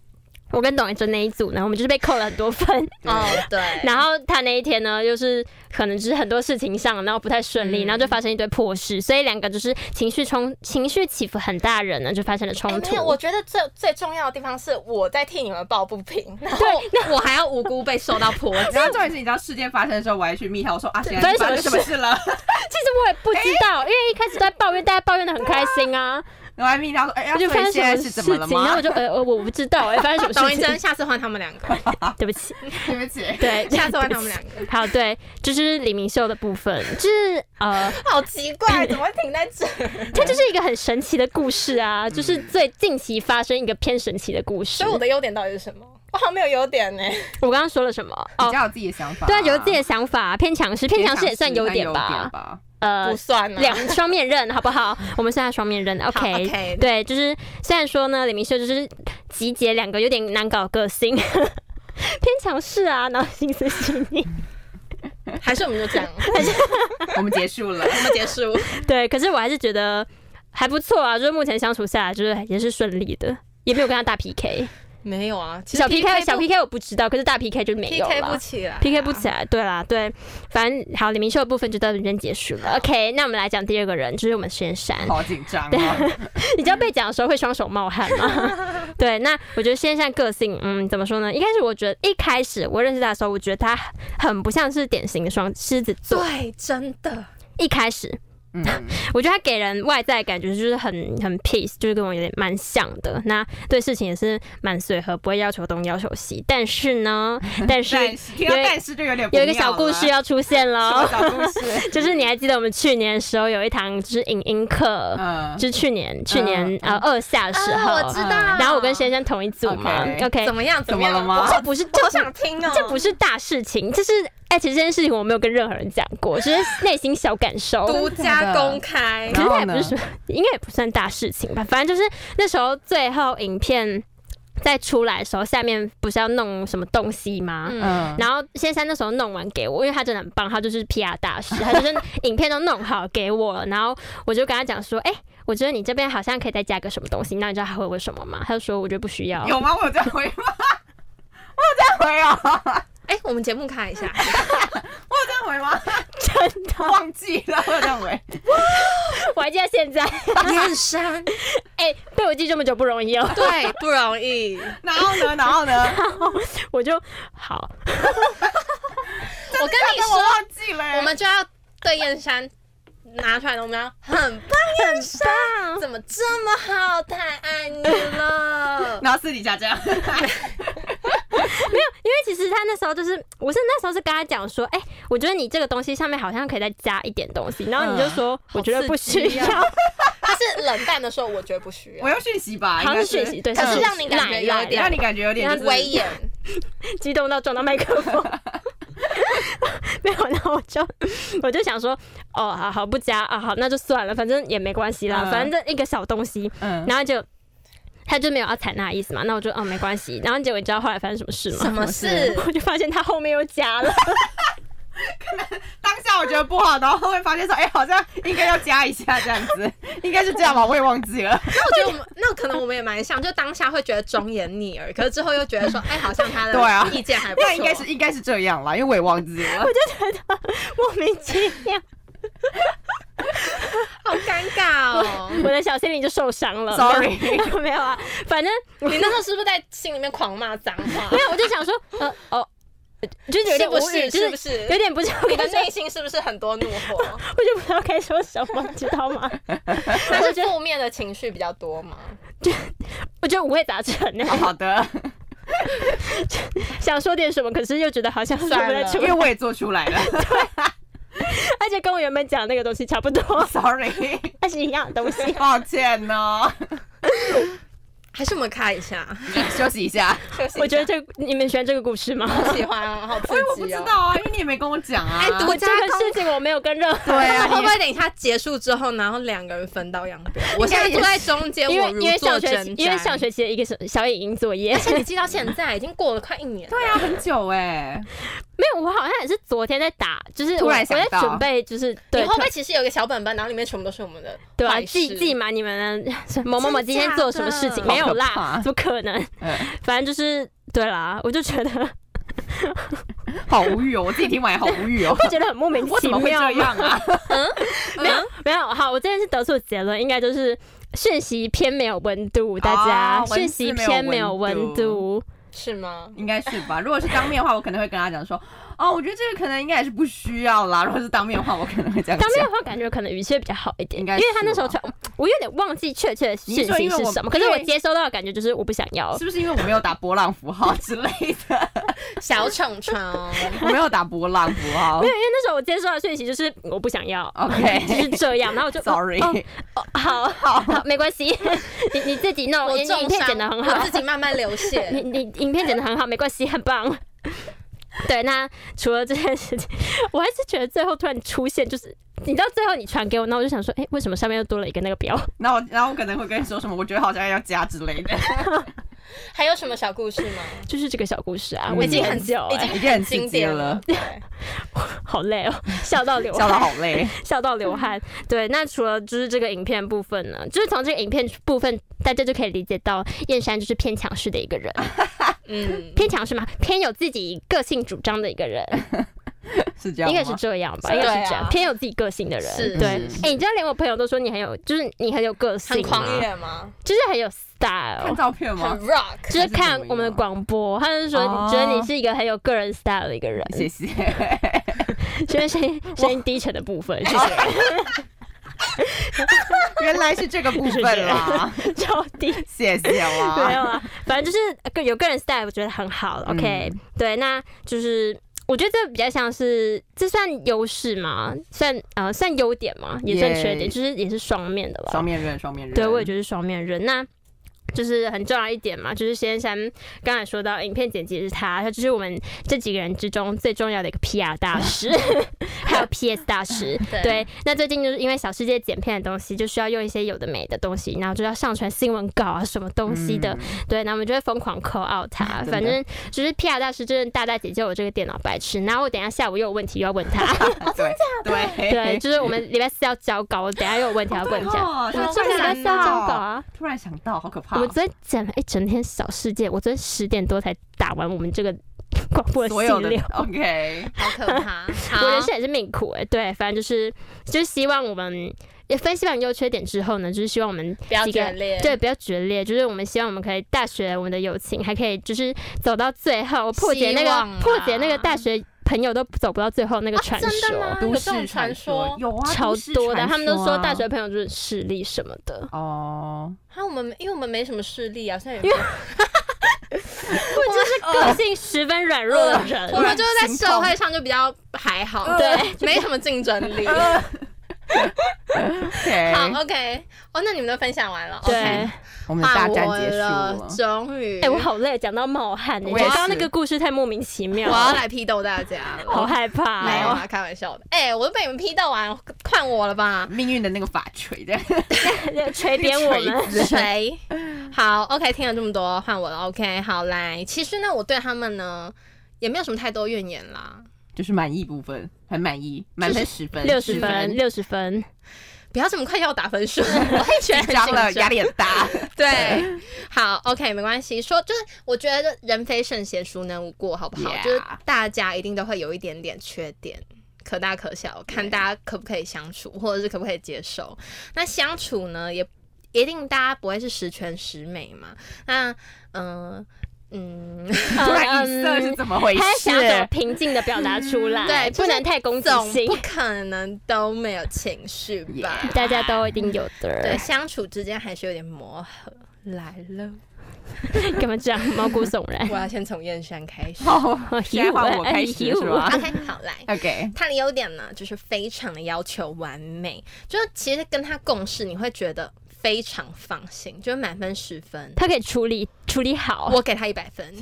Speaker 3: 我跟董一真那一组呢，我们就是被扣了很多分，
Speaker 1: 哦对，
Speaker 3: 然后他那一天呢，就是可能就是很多事情上，然后不太顺
Speaker 1: 嗯
Speaker 3: 利，然后就发生一堆破事，所以两个就是情绪冲情绪起伏很大的人呢，就发生了冲
Speaker 1: 哎
Speaker 3: 突
Speaker 1: 没有，。我觉得最最重要的地方是我在替你们抱不平，然后我还要无辜被受到泼
Speaker 2: 然后重点是，你知道事件发生的时候，我还去密他，我说啊，现
Speaker 3: 发
Speaker 2: 在
Speaker 3: 生
Speaker 2: 发生
Speaker 3: 什
Speaker 2: 什
Speaker 3: 么
Speaker 2: 么事了？
Speaker 3: 其实我也不知道，因为一开始都在抱怨，大家抱怨的很开心啊，
Speaker 2: 然后还密他说，哎呀，
Speaker 3: 就
Speaker 2: 所
Speaker 3: 发
Speaker 2: 以
Speaker 3: 生
Speaker 2: 现在
Speaker 3: 什
Speaker 2: 是
Speaker 3: 么事
Speaker 2: 怎么
Speaker 3: 情，
Speaker 2: 了
Speaker 3: 然后
Speaker 2: 吗
Speaker 3: 我？就呃呃我不知道哎、发生什么
Speaker 1: 董
Speaker 3: 事
Speaker 1: 一
Speaker 3: 情
Speaker 1: 真，？下次换他们两个，
Speaker 3: 对不起，
Speaker 1: 对不起，
Speaker 3: 对，
Speaker 1: 下次换他们两个。
Speaker 3: 好，对，就是李明秀的部 分，就是呃，
Speaker 1: 好奇怪，怎么会停在这？
Speaker 3: 它就是一个很神奇的故事啊，就是最近期发生一个偏神奇的故事。
Speaker 1: 所以我的优点到底是什么？我好像没有优点呢。
Speaker 3: 我刚刚说了什么？
Speaker 2: 比
Speaker 3: 哦，
Speaker 2: 较有自己的想法，
Speaker 3: 对啊，有自己的想法，偏强势，偏强势也算
Speaker 2: 优
Speaker 3: 优点吧
Speaker 2: 吧？？
Speaker 3: 呃
Speaker 1: 不，算啊。
Speaker 3: 两双面刃，好不好？我们现在双面刃
Speaker 1: 好
Speaker 3: ，OK。
Speaker 1: OK，
Speaker 3: 对，就是虽然说呢，李明秀就是集结两个有点难搞的个性， 偏强势啊，然后心思细腻，
Speaker 1: 还是我们就这样，
Speaker 2: 我们结束了，
Speaker 1: 我们结束。
Speaker 3: 对，可是我还是觉得还不错啊，就是目前相处下来，就是也是顺利的，也没有跟他大 PK。
Speaker 1: 没有啊，其实
Speaker 3: 小 PK
Speaker 1: 不
Speaker 3: 小 PK 我不知道，可是大 PK 就没有
Speaker 1: PK 不
Speaker 3: 了。
Speaker 1: 起来
Speaker 3: PK 不起来，对啦，对，反正好，李明秀的部分就到这边结束了。OK，那我们来讲第二个人，就是我们轩山。
Speaker 2: 好紧张哦。
Speaker 3: 你知道被讲的时候会双手冒汗吗？ 对，那我觉得现在个性，嗯，怎么说呢？一开始我觉得一开始我认识他的时候，我觉得他很不像是典型的双狮子座。
Speaker 1: 对，哎真的，
Speaker 3: 一开始
Speaker 2: 嗯，
Speaker 3: 我觉得他给人外在的感觉就是很很 peace，就是跟我有点蛮像的。那对事情也是蛮随和，不会要求东要求西。但是 呢，但 是
Speaker 2: 但是听到但是就有点不
Speaker 3: 有一个
Speaker 2: 妙
Speaker 3: 小故事
Speaker 2: 了
Speaker 3: 要出 现
Speaker 2: 什么
Speaker 3: 喽，
Speaker 2: 小故 事，
Speaker 3: 就是你还记得我们去年的时候有一堂就是影音课，
Speaker 2: 嗯
Speaker 3: 就是去年去年
Speaker 2: 嗯
Speaker 3: 呃二下的时候，
Speaker 1: 啊我知道。
Speaker 3: 哦然后我跟先生同一组嘛
Speaker 2: OK
Speaker 3: ，OK，
Speaker 1: 怎么样？
Speaker 2: 怎
Speaker 1: 么
Speaker 2: 么
Speaker 1: 样
Speaker 2: 了吗
Speaker 1: 我
Speaker 3: 这不是 这
Speaker 1: 好
Speaker 3: 不
Speaker 1: 想听哦，
Speaker 3: 这不是大事情，这是哎，其实这件事情我没有跟任何人讲过，只是内心小感受。
Speaker 1: 独家公开
Speaker 3: 可。是
Speaker 2: 然
Speaker 3: 它也
Speaker 2: 后呢
Speaker 3: 不是什么，应该也不算大事情吧。反正就是那时候最后影片在出来的时候，下面不是要弄什么东西吗？
Speaker 1: 嗯
Speaker 2: 嗯，
Speaker 3: 然后先生那时候弄完给我，因为他真的很 棒，他就是 PR 大师，他就是影片都弄好给我了。然后我就跟他讲说，哎、我觉得你这边好像可以再加个什么东西，那你知道他回我什么吗？他就说我觉得不需要。
Speaker 2: 有吗？我有这样回吗？我有这样回哦、
Speaker 1: 哎、我们节目看一 下，
Speaker 2: 我有这样回吗？
Speaker 3: 真的，
Speaker 2: 忘记了，我有这样回。
Speaker 3: 我还记得现在，
Speaker 1: 燕 山，
Speaker 3: 哎、被我记这么久不容易哦。
Speaker 1: 对，不容易。
Speaker 2: 然后呢？然后呢？
Speaker 3: 我就好，
Speaker 1: 我跟你
Speaker 2: 我
Speaker 1: 说，
Speaker 2: 忘记了。
Speaker 1: 我们就要对燕山拿出来的，我们要很棒，
Speaker 3: 很棒，
Speaker 1: 怎么这么好？太爱你 了。
Speaker 2: 然后私底下这样，
Speaker 3: 因为其实他那时候就是，我是那时候是跟他讲说，哎、我觉得你这个东西上面好像可以再加一点东西，然后你就说、我觉得不需
Speaker 1: 嗯好刺激
Speaker 3: 要，
Speaker 1: 啊他是冷淡的说，我觉得不需
Speaker 2: 我
Speaker 1: 要，
Speaker 2: 用讯息吧，应该
Speaker 3: 好
Speaker 2: 嗯
Speaker 3: 像是讯息，对，
Speaker 1: 可是
Speaker 3: 讯息
Speaker 1: 让你感觉
Speaker 3: 来
Speaker 1: 有
Speaker 3: 来
Speaker 1: 点
Speaker 2: 让
Speaker 3: 来
Speaker 2: 你感觉有点就是
Speaker 1: 威严。
Speaker 3: 激动到撞到麦克风。没有，然后我就我就想说，哦，好好不加啊，好，那就算了，反正也没关系啦，
Speaker 2: 嗯
Speaker 3: 反正一个小东西，
Speaker 2: 嗯，
Speaker 3: 然后就他就没有要采纳的意思嘛，那我就哦没关系，然后结果你知道后来发生什么 事
Speaker 1: 什
Speaker 3: 吗？
Speaker 1: 么事？
Speaker 3: 我就发现他后面又加了，
Speaker 2: 当下我觉得不好，然后后面发现说，哎、好像应该要加一下这样子， 应该是这样吧，我也忘记了。
Speaker 1: 那我觉得我 们，那可能我们也蛮像，就当下会觉得忠言逆耳，可是之后又觉 得说，哎，好像他
Speaker 2: 对啊
Speaker 1: 的意见还不错。
Speaker 2: 那应该是应该是这样啦，因为我也忘记了。
Speaker 3: 莫名其妙，
Speaker 1: 好尴尬哦。
Speaker 3: 我的小心灵就受伤了。
Speaker 2: Sorry
Speaker 3: 没有没有啊，反正
Speaker 1: 你那时候是不是在心里面狂骂脏话
Speaker 3: 没？有，我就想说，呃哦，就是有
Speaker 1: 是
Speaker 3: 点无
Speaker 1: 不
Speaker 3: 语，
Speaker 1: 是？
Speaker 3: 就是
Speaker 1: 不是？
Speaker 3: 有点不知道
Speaker 1: 你
Speaker 3: 该
Speaker 1: 的
Speaker 3: 说，
Speaker 1: 内心是不是很多怒 火？
Speaker 3: 我就不知道该说什么，知道吗？
Speaker 1: 但是负面的情绪比较多嘛？
Speaker 3: 我觉得五味杂陈呢，
Speaker 2: 好好的，
Speaker 3: 想说点什么，可是又觉得好像说不
Speaker 1: 算
Speaker 3: 太
Speaker 1: 了
Speaker 3: 出
Speaker 2: 因为我也做出来了
Speaker 3: 而且跟我原本讲的那个东西差不多，
Speaker 2: ，sorry，
Speaker 3: 它是一样的东西。
Speaker 2: 抱歉哦。
Speaker 1: 还是我们看一下？
Speaker 2: 休息一下，
Speaker 1: 休息一下
Speaker 3: 我觉得这你们喜欢这个故事吗？
Speaker 1: 好喜欢哦，好刺
Speaker 2: 我不
Speaker 1: 激
Speaker 2: 知
Speaker 1: 哦。
Speaker 2: 道啊，因为你也没跟我讲啊。
Speaker 1: 哎我
Speaker 3: 这
Speaker 1: 加
Speaker 3: 个
Speaker 1: 工
Speaker 3: 事情我没有跟任何，
Speaker 2: 对
Speaker 1: 那
Speaker 2: 啊，
Speaker 1: 会
Speaker 2: 你
Speaker 1: 不会等一下结束之后，然后两个人分道扬镳？我
Speaker 2: 应
Speaker 1: 现
Speaker 2: 该
Speaker 1: 在
Speaker 2: 也
Speaker 1: 坐在中间，
Speaker 3: 因为
Speaker 1: 我如
Speaker 3: 因为
Speaker 1: 坐
Speaker 3: 上学
Speaker 1: 针
Speaker 3: 期
Speaker 1: 毡。
Speaker 3: 因为上学期的一个小小影音作业
Speaker 1: 而，且你记到现在已经过了快一年了，
Speaker 2: 对啊，很久哎、
Speaker 3: 没有，我好像也是昨天在打，就是我
Speaker 2: 突然
Speaker 3: 我
Speaker 2: 想
Speaker 3: 在
Speaker 2: 到
Speaker 3: 准备，就是
Speaker 1: 你
Speaker 3: 对
Speaker 1: 后
Speaker 3: 突
Speaker 1: 面
Speaker 3: 然
Speaker 1: 其实有一个小本本，然后里面全部都是我们的
Speaker 3: 对啊，
Speaker 1: 坏事
Speaker 3: 记记满你们的某某某今天做了什么事情
Speaker 1: 真
Speaker 2: 的
Speaker 3: 没有
Speaker 2: 好可
Speaker 3: 啦
Speaker 2: 怕，
Speaker 3: 怎么可能？
Speaker 2: 嗯
Speaker 3: 反正就是对啦，我就觉得
Speaker 2: 好无语哦，我自己听完也好无语哦。
Speaker 3: 觉得很莫名
Speaker 2: 我
Speaker 3: 其
Speaker 2: 怎么会
Speaker 3: 妙
Speaker 2: 这
Speaker 3: 嘛。
Speaker 2: 样啊？
Speaker 1: 嗯
Speaker 3: 没有 没有，好，我这边是得出的结论，应该就是讯息偏没有温度，大家
Speaker 2: 哦
Speaker 3: 讯
Speaker 2: 文字
Speaker 3: 息
Speaker 2: 没有
Speaker 3: 偏
Speaker 2: 温
Speaker 3: 没有温
Speaker 2: 度
Speaker 3: 度，
Speaker 1: 是吗？
Speaker 2: 应该是吧。如果是当面的话，我可能会跟他讲说，哦，我觉得这个可能应该也是不需要啦。如果是当面的话，我可能会 这样
Speaker 3: 当面
Speaker 2: 讲。
Speaker 3: 的话，感觉可能语气会比较好一
Speaker 2: 应
Speaker 3: 点，因
Speaker 2: 该
Speaker 3: 为他
Speaker 2: 是
Speaker 3: 那时候
Speaker 2: 吧
Speaker 3: 传，我有点忘记确切的
Speaker 2: 你
Speaker 3: 讯
Speaker 2: 是说
Speaker 3: 息
Speaker 2: 因为
Speaker 3: 是
Speaker 2: 我
Speaker 3: 什么，可是
Speaker 2: 因
Speaker 3: 我
Speaker 2: 为
Speaker 3: 接收到的感觉就是我不想要
Speaker 2: 是，不是因为我没有打波浪符号之类 的？
Speaker 1: 小宠宠，
Speaker 2: 我没有打波浪符号
Speaker 3: 没有，因为那时候我接收到的讯息就是我不想要。 就
Speaker 2: 哦，OK
Speaker 3: 是。这样，然后我就
Speaker 2: Sorry，、
Speaker 3: 哦哦好好好，没关系， 你你自己弄，
Speaker 1: 我
Speaker 3: 你你影
Speaker 1: 重
Speaker 3: 片
Speaker 1: 伤
Speaker 3: 剪得很
Speaker 1: 我
Speaker 3: 好
Speaker 1: 自，己慢慢流血。
Speaker 3: 你你影片剪得很好，没关系，很棒。 对，那除了这件事情，我还是觉得最后突然出现，就是你到最后你传给我，那我就想说，哎、为什么上面又多了一个那个表？
Speaker 2: 那我然后我可能会跟你说什么，我觉得好像要加之 类的，
Speaker 1: 还有什么小故事吗？
Speaker 3: 就是这个小故事啊，
Speaker 2: 嗯
Speaker 3: 我
Speaker 1: 已经
Speaker 3: 很
Speaker 1: 很
Speaker 3: 久、
Speaker 1: 已
Speaker 3: 哎
Speaker 1: 经
Speaker 2: 已 经很
Speaker 1: 经
Speaker 2: 刺激
Speaker 1: 典
Speaker 2: 了，
Speaker 1: 对
Speaker 3: 好累哦， 笑到流
Speaker 2: 笑得
Speaker 3: 汗，
Speaker 2: 好累。
Speaker 3: 笑到流汗。对，那除了就是这个影片部分呢，就是从这个影片部分，大家就可以理解到燕山就是偏强势的一个人，
Speaker 1: 啊 嗯，
Speaker 3: 偏强势嘛，偏有自己个性主张的一个人，
Speaker 2: 是这样
Speaker 3: 应
Speaker 2: 吗？
Speaker 3: 该是这样吧，
Speaker 1: 是
Speaker 3: 应该是这
Speaker 1: 对
Speaker 3: 样
Speaker 1: 啊，
Speaker 3: 偏有自己个性的人，
Speaker 1: 是
Speaker 3: 对。
Speaker 2: 嗯
Speaker 3: 哎、你知道连我朋友都说你很有，就是你很有个性，
Speaker 1: 很狂，野吗？
Speaker 3: 就是很有
Speaker 2: 看
Speaker 3: style。
Speaker 2: 照片吗
Speaker 1: 很？rock，
Speaker 3: 就是看我们
Speaker 2: 啊
Speaker 3: 的广播，他就说
Speaker 2: 哦
Speaker 3: 觉得你是一个很有个人 style 的一个人，
Speaker 2: 谢谢。
Speaker 3: 就是声音声音低沉的部分，谢
Speaker 1: 哦
Speaker 3: 谢，
Speaker 2: 原来是这个部分啦，
Speaker 3: 超低，
Speaker 2: 谢谢
Speaker 1: 哦
Speaker 3: 没有
Speaker 2: 啦。
Speaker 3: 啊，反正就是个有个人 style，我觉得很好
Speaker 2: 嗯
Speaker 3: ，OK，对，那就是我觉得这比较像是这算优势吗？算呃算优点吗？也算缺点，
Speaker 2: 也
Speaker 3: 就是也是双面的吧，
Speaker 2: 双面刃，双面刃。
Speaker 3: 对，我也觉得是双面人。那就是很重要一点嘛，就是先山刚才说到，影片剪辑是他，他就是我们这几个人之中最重要的一个 PR 大师，还有 PS 大师。
Speaker 1: 对
Speaker 3: 对，那最近就是因为小世界剪片的东西，就需要用一些有的没的东西，然后就要上传新闻稿啊什么东西的，对，那我们就会疯狂 call out 他，
Speaker 2: 嗯真的
Speaker 3: 反正就是 PR 大师真的大大解救我这个电脑白痴。然后我等一下下午又有问题又要问他，
Speaker 2: 嗯，对 对
Speaker 3: 对，就是我们礼拜四要交稿，我等一下又有问题要问一下。
Speaker 2: 哦
Speaker 3: 我
Speaker 2: 对哦
Speaker 3: 们这个礼拜四要交稿啊。
Speaker 2: 突然想到，好可怕哦！
Speaker 3: 我们昨天剪了一整天小世界，我昨天十点多才打完我们这个广播
Speaker 2: 所
Speaker 3: 系
Speaker 2: 有的
Speaker 3: 列。
Speaker 2: OK，
Speaker 1: 好可怕。好
Speaker 3: 我人生也是命苦哎、对，反正就是就是希望我们也分析完优缺点之后呢，就是希望我们
Speaker 1: 不要
Speaker 3: 几个
Speaker 1: 决裂，
Speaker 3: 对，不要决裂，就是我们希望我们可以大学我们的友情还可以就是走到最后，破解那
Speaker 1: 希望
Speaker 3: 个
Speaker 1: 啦
Speaker 3: 破解那个大学朋友都走不到最后那个
Speaker 1: 啊
Speaker 3: 传
Speaker 1: 真的
Speaker 3: 说，
Speaker 1: 吗有
Speaker 2: 都
Speaker 1: 这种
Speaker 2: 市传
Speaker 1: 传说
Speaker 2: 有啊，
Speaker 3: 超
Speaker 2: 都市
Speaker 3: 多的，
Speaker 2: 传
Speaker 3: 他们都
Speaker 2: 啊
Speaker 3: 说大学朋友就是势力什么的。
Speaker 2: 哦，
Speaker 1: 啊，我们因为我们没什么势力啊，虽然有
Speaker 3: 我就是个性十分软弱的 人，
Speaker 1: 我们就是在社会上就比较还好，
Speaker 3: 对，
Speaker 1: 没什么竞争 力。
Speaker 2: 哎 OK，
Speaker 1: 好，OK，哦，那你们都分享完了，哦
Speaker 3: 对。
Speaker 2: 我
Speaker 1: OK，
Speaker 2: 们的大
Speaker 1: 换
Speaker 2: 战
Speaker 1: 我
Speaker 2: 结束
Speaker 1: 了，终于，
Speaker 3: 哎、我好累，讲到冒汗、欸，
Speaker 2: 我也
Speaker 3: 刚刚那
Speaker 2: 是
Speaker 3: 个故事太莫名其妙
Speaker 1: 我要
Speaker 3: 了，
Speaker 1: 来批斗大家了，
Speaker 3: 好害怕、
Speaker 1: 没有 啊，开玩笑的。哎、我都被你们批斗完，换我了吧？
Speaker 2: 命运的那个法锤的，
Speaker 3: 有，垂扁哎 我们，
Speaker 1: 谁？好，OK，听了这么多，换我了。OK，好来，其实呢，我对他们呢也没有什么太多怨言啦。
Speaker 2: 就是满意部分，很满意，满分十分，
Speaker 3: 六十分，，六 十分，
Speaker 1: 不要这么快要打分数，我会觉得
Speaker 2: 紧 张了
Speaker 1: 很，紧
Speaker 2: 压
Speaker 1: 张。
Speaker 2: 力很大。
Speaker 1: 对，好，OK，没关系。说就是，我觉得人非圣贤，孰能无过，好不好
Speaker 2: Yeah
Speaker 1: 就是大家一定都会有一点点缺点。可大可小，看大家可不可以相处，或者是可不可以接受。那相处呢，也一定大家不会是十全十美嘛。那嗯、嗯，
Speaker 2: 突然语塞
Speaker 3: 嗯
Speaker 2: 是怎么回事？
Speaker 3: 他想要怎么平静的表达出来，
Speaker 1: 对
Speaker 3: 不能太攻击
Speaker 1: 总
Speaker 3: 性
Speaker 1: 不，可能都没有情绪吧
Speaker 2: Yeah
Speaker 3: 大家都一定有
Speaker 1: 对，
Speaker 3: 的，
Speaker 1: 相处之间还是有点磨合。来了，
Speaker 3: 干嘛这样毛骨悚 然？
Speaker 1: 我要先从燕山开始。
Speaker 2: 好，
Speaker 3: 哎呦
Speaker 2: 现在哦换我
Speaker 3: 哎
Speaker 2: 开始
Speaker 3: 呦
Speaker 2: 是吧
Speaker 1: OK，好来。
Speaker 2: ？OK，
Speaker 1: 他的优点呢，就是非常的要求完美，就是其实跟他共事，你会觉得非常放心，就是满分十分，
Speaker 3: 他可以处理处理好，
Speaker 1: 我给他一百分。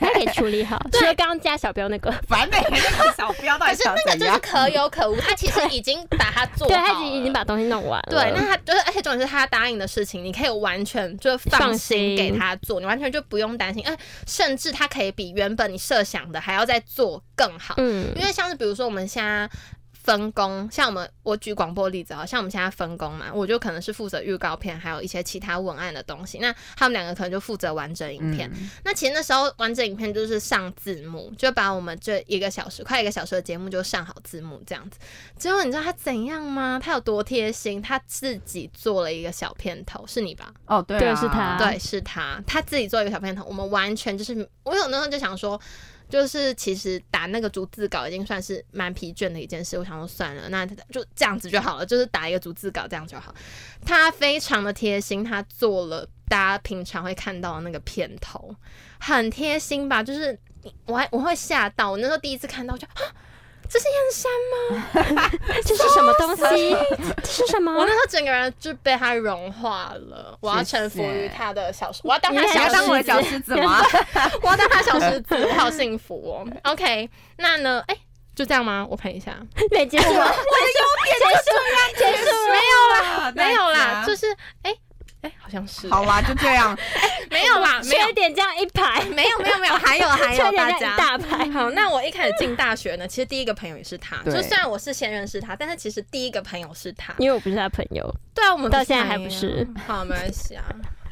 Speaker 3: 他可以处理好，除了刚刚加小标那个，
Speaker 2: 烦美那个小标到
Speaker 1: 可
Speaker 2: 底
Speaker 1: 是
Speaker 2: 想
Speaker 1: 那个
Speaker 2: 怎
Speaker 1: 就是
Speaker 2: 样？
Speaker 1: 可有可无，他其实已经把它做
Speaker 3: 对
Speaker 1: 好了，
Speaker 3: 他已经已经把东西弄完了，
Speaker 1: 对，那他就是，而且重点是他答应的事情，你可以完全就是放
Speaker 3: 放
Speaker 1: 心
Speaker 3: 心
Speaker 1: 给他做，你完全就不用担心，哎，甚至他可以比原本你设想的还要再做更好，
Speaker 3: 嗯，
Speaker 1: 因为像是比如说我们现在。分工，像我们我举广播例子啊，像我们现在分工嘛，我就可能是负责预告片，还有一些其他文案的东西。那他们两个可能就负责完整影
Speaker 2: 嗯
Speaker 1: 片。那其实那时候完整影片就是上字幕，就把我们这一个小时快一个小时的节目就上好字幕这样子。结果你知道他怎样吗？他有多贴心，他自己做了一个小片头，是你吧？
Speaker 2: 哦，对
Speaker 3: 对
Speaker 2: 啊
Speaker 3: 是他
Speaker 1: 对，是他，他自己做一个小片头，我们完全就是，我有那时候就想说，就是其实打那个逐字稿已经算是蛮疲倦的一件事，我想说算了，那就这样子就好了，就是打一个逐字稿这样就好。他非常的贴心，他做了大家平常会看到的那个片头，很贴心吧？就是我还我会吓到，我那时候第一次看到我就。啊这是燕山
Speaker 3: 这是什么 东西？这是什
Speaker 1: 吗，我
Speaker 3: 么
Speaker 1: 那？时候整个人就被他融化了，我要
Speaker 2: 谢
Speaker 1: 臣服于
Speaker 2: 谢
Speaker 1: 他的小说，我要当
Speaker 3: 你
Speaker 1: 他
Speaker 3: 也
Speaker 2: 你
Speaker 1: 小
Speaker 2: 要
Speaker 1: 说
Speaker 2: 当我的小狮子吗？
Speaker 1: 我要当他小石子，我好幸福哦。OK，那呢？哎、就这样吗？我看一下，
Speaker 3: 没结束吗？我的优点结束，结束了。
Speaker 2: 没有啦
Speaker 1: 没有啦，就是哎哎、诶好像是、
Speaker 2: 好啦，啊就这样。
Speaker 1: 没有啦， 没
Speaker 3: 缺
Speaker 1: 有，
Speaker 3: 点这样一排，
Speaker 1: 没有，没 有，没有，还有，还
Speaker 3: 缺
Speaker 1: 有，
Speaker 3: 点
Speaker 1: 大
Speaker 3: 这样
Speaker 1: 家
Speaker 3: 一。大排。
Speaker 1: 好，那我一开始进大学呢，其实第一个朋友也是他，就
Speaker 2: 对
Speaker 1: 虽然我是先认识他，但是其实第一个朋友是他。
Speaker 3: 因为我不是他朋友，
Speaker 1: 对啊，我们
Speaker 3: 到
Speaker 1: 不是
Speaker 3: 现在
Speaker 1: 朋
Speaker 3: 还不
Speaker 1: 友
Speaker 3: 是。
Speaker 1: 好，没关系啊，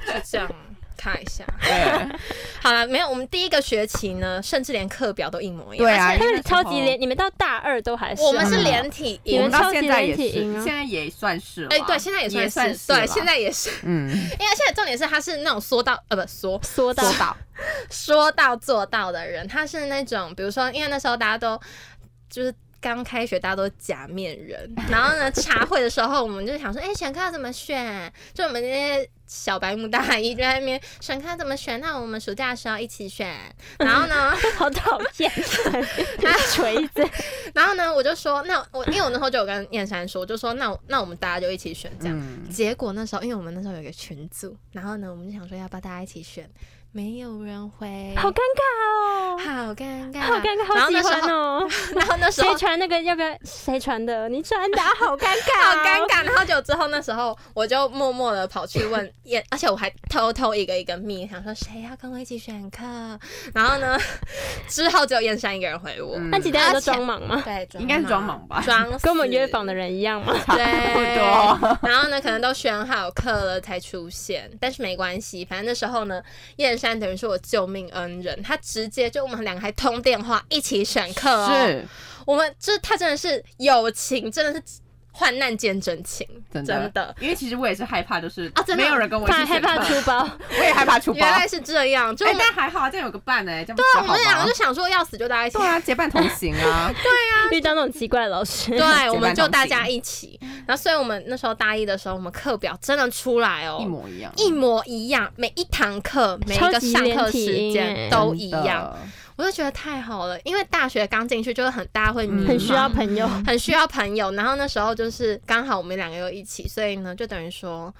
Speaker 1: 就这样看一下。
Speaker 2: 对
Speaker 1: 好了，没有，我们第一个学期呢，甚至连课表都一模一样。
Speaker 2: 对啊
Speaker 1: 而
Speaker 3: 他
Speaker 1: 且
Speaker 2: 因为
Speaker 3: 们
Speaker 2: 那时候
Speaker 3: 超级连，你们到大二都还是
Speaker 1: 我们是
Speaker 3: 吗
Speaker 1: 连体
Speaker 3: 你
Speaker 1: 营
Speaker 2: 我
Speaker 3: 们
Speaker 2: 们。到现在也
Speaker 3: 超级连体婴
Speaker 2: 是，
Speaker 3: 啊
Speaker 2: 现在也算是了。
Speaker 1: 哎、对，现在也算
Speaker 2: 也算是
Speaker 1: 对，
Speaker 2: 啦
Speaker 1: 现在也是，
Speaker 2: 嗯，
Speaker 1: 因为现在重点是他是那种说到呃不 说
Speaker 3: 缩到
Speaker 2: 说到
Speaker 1: 说到做到的人，他是那种比如说，因为那时候大家都就是。刚开学，大家都是假面 人。然后呢，茶会的时候，我们就想说，哎、选课要怎么选？就我们这些小白目大一就在那边选课要怎么选？那我们暑假的 时候一起选。然后呢，啊
Speaker 3: 好讨厌，还捶子，
Speaker 1: 然后后呢，我就说，那我因为我那时候就有跟燕山说，我就说那我那我们大家就一起选这样。
Speaker 2: 嗯，
Speaker 1: 结果那时候，因为我们那时候有一个群组，然后呢，我们就想说要不要大家一起选，没有人回，
Speaker 3: 好尴尬哦，
Speaker 1: 好尴尬，
Speaker 3: 好尴尬，
Speaker 1: 啊然
Speaker 3: 好
Speaker 1: 后
Speaker 3: 喜
Speaker 1: 那时
Speaker 3: 欢
Speaker 1: 候，
Speaker 3: 哦。
Speaker 1: 然后那时候
Speaker 3: 谁传那个？要不要？谁传的？你传的啊，好尴尬，
Speaker 1: 好尴。尬。然后就之后那时候，我就默默的跑去问燕， 而且我还偷偷一个一个密，想说谁要跟我一起选课。然后呢， 之后只有燕山一个人回我，
Speaker 2: 嗯
Speaker 3: 那其他人都装忙吗？
Speaker 1: 对，
Speaker 2: 应该是装
Speaker 1: 忙
Speaker 2: 忙吧，
Speaker 1: 装哎死
Speaker 3: 跟我们约访的人一样吗？
Speaker 1: 对，
Speaker 2: 差不多。
Speaker 1: 然后呢，可能都选好课了才出现，但是没关系，反正那时候呢，燕山等于是我救命恩人，他直接就我们两个还通电话一起选课哦。
Speaker 2: 是
Speaker 1: 我们这他真的是友情，真的是患难见真情，
Speaker 2: 真的
Speaker 1: 真的。
Speaker 2: 因为其实我也是害怕，就是
Speaker 1: 啊真的
Speaker 2: 没有人跟我一
Speaker 3: 怕
Speaker 2: 起
Speaker 3: 害
Speaker 2: 选课
Speaker 3: 怕出 包，
Speaker 2: 我也害怕出包。
Speaker 1: 原来是这样，就
Speaker 2: 哎
Speaker 1: 我，们、
Speaker 2: 但还好啊，这样有个伴哎，这样不
Speaker 1: 对啊，
Speaker 2: 是
Speaker 1: 我
Speaker 2: 好
Speaker 1: 们两
Speaker 2: 吗
Speaker 1: 个就想说要死就大家一起
Speaker 2: 对啊，结伴同行 啊，
Speaker 3: 遇到那种奇怪的老师，
Speaker 1: 对，我
Speaker 2: 结
Speaker 1: 们
Speaker 2: 伴
Speaker 1: 就
Speaker 2: 同
Speaker 1: 大
Speaker 2: 行
Speaker 1: 家一起。
Speaker 2: 啊
Speaker 1: 然后，所以我们那时候大一的时候，我们课表真的出来哦，
Speaker 2: 一模一样，
Speaker 1: 一模一样，每一堂课、每一
Speaker 3: 超
Speaker 1: 个
Speaker 3: 级
Speaker 1: 上
Speaker 3: 连
Speaker 1: 课
Speaker 3: 体
Speaker 1: 时
Speaker 3: 婴
Speaker 1: 间
Speaker 3: 欸
Speaker 1: 都一
Speaker 2: 真的
Speaker 1: 样，。我就觉得太好了。因为大学刚进去，就是很大家会迷茫，
Speaker 3: 很需要朋友。
Speaker 1: 很需要朋友。然后那时候就是刚好我们两个又一起，所以呢，就等于说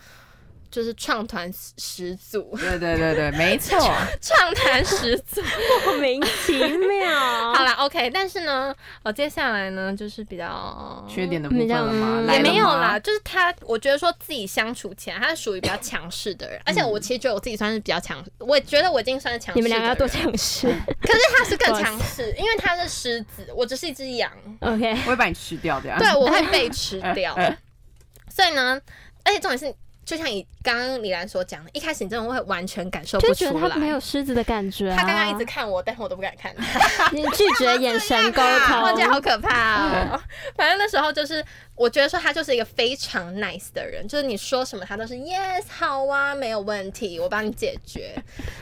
Speaker 1: 就是创团始祖，
Speaker 2: 对对对对，没错，
Speaker 1: 创团始祖。
Speaker 3: 莫名其妙。
Speaker 1: 好啦 o、k 但是呢，我接下来呢就是比较
Speaker 2: 缺点的部分了吗？
Speaker 3: 嗯
Speaker 2: 来
Speaker 1: 也
Speaker 2: 了吗
Speaker 1: 没有啦，，就是他，我觉得说自己相处起来，他是属于比较强势的人，而且我其实觉得我自己算是比较强，我觉得我已经算是强势。
Speaker 3: 你们两个要多，尝试。
Speaker 1: 可是他是更强势，因为他是狮子，我只是一只羊，
Speaker 3: OK，
Speaker 2: 我会把你吃掉的。。
Speaker 1: 对，我会被吃掉
Speaker 2: 呃
Speaker 1: 所以呢，而且重点是，就像你刚刚李兰所讲的，一开始你真的会完全感受
Speaker 3: 就
Speaker 1: 不出
Speaker 3: 觉
Speaker 1: 来。
Speaker 3: 得他没有狮子的感觉、啊。
Speaker 1: 他刚刚一直看我，但是我都不敢看他。
Speaker 3: 你拒绝眼神沟
Speaker 1: 啊 我觉得
Speaker 3: 通，
Speaker 1: 好可怕哦。反正那时候就是，我觉得说他就是一个非常 nice 的人，就是你说什么他都是 yes 好啊，没有问题，我帮你解 决。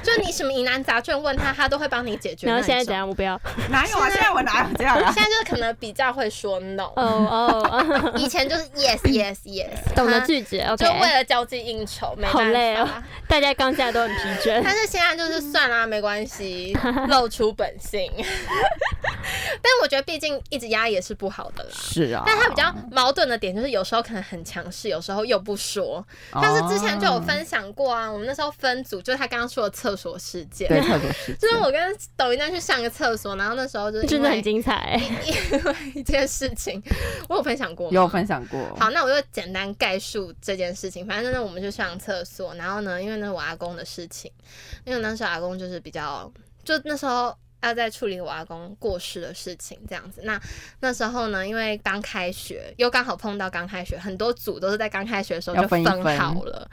Speaker 1: 就是你什么疑难杂症问他，他都会帮你解决那
Speaker 3: 然
Speaker 1: 种。
Speaker 3: 后现在怎样？我 不要。
Speaker 2: 哪有啊？现在我哪有这样啊？
Speaker 1: 现在就是可能比较会说 no，
Speaker 3: 哦哦，
Speaker 1: 以前就是 yes yes yes，
Speaker 3: 懂得 拒绝。OK，
Speaker 1: 就为了交际应酬，没
Speaker 3: 好
Speaker 1: 办
Speaker 3: 累哦
Speaker 1: 法。
Speaker 3: 大家刚下都很疲倦。
Speaker 1: 但是现在就是算啦、没关 系，露出本性。 但我觉得，毕竟一直压抑也是不好的啦。
Speaker 2: 是啊，
Speaker 1: 但他比较矛盾的点就是，有时候可能很强势，有时候又不说。
Speaker 2: 啊
Speaker 1: 但是之前就有分享过啊，我们那时候分组，就是他刚刚说的厕所事件，
Speaker 2: 哦对特别是
Speaker 1: 就是我跟抖音丹去上个厕所，然后那时候就是
Speaker 3: 真
Speaker 1: 因
Speaker 3: 的
Speaker 1: 为
Speaker 3: 很精彩、
Speaker 1: 因为一件事情，我有分享过吗
Speaker 2: 有分享过，
Speaker 1: 好，那我就简单概述这件事情。反正呢，我们就上厕所，然后呢，因为那是我阿公的事情，因为那时候阿公就是比较，就那时候要在处理我阿公过世的事情这样子。那那时候呢，因为刚开学，又刚好碰到刚开学，很多组都是在刚开学的时候
Speaker 2: 要
Speaker 1: 就
Speaker 2: 分一分
Speaker 1: 好了，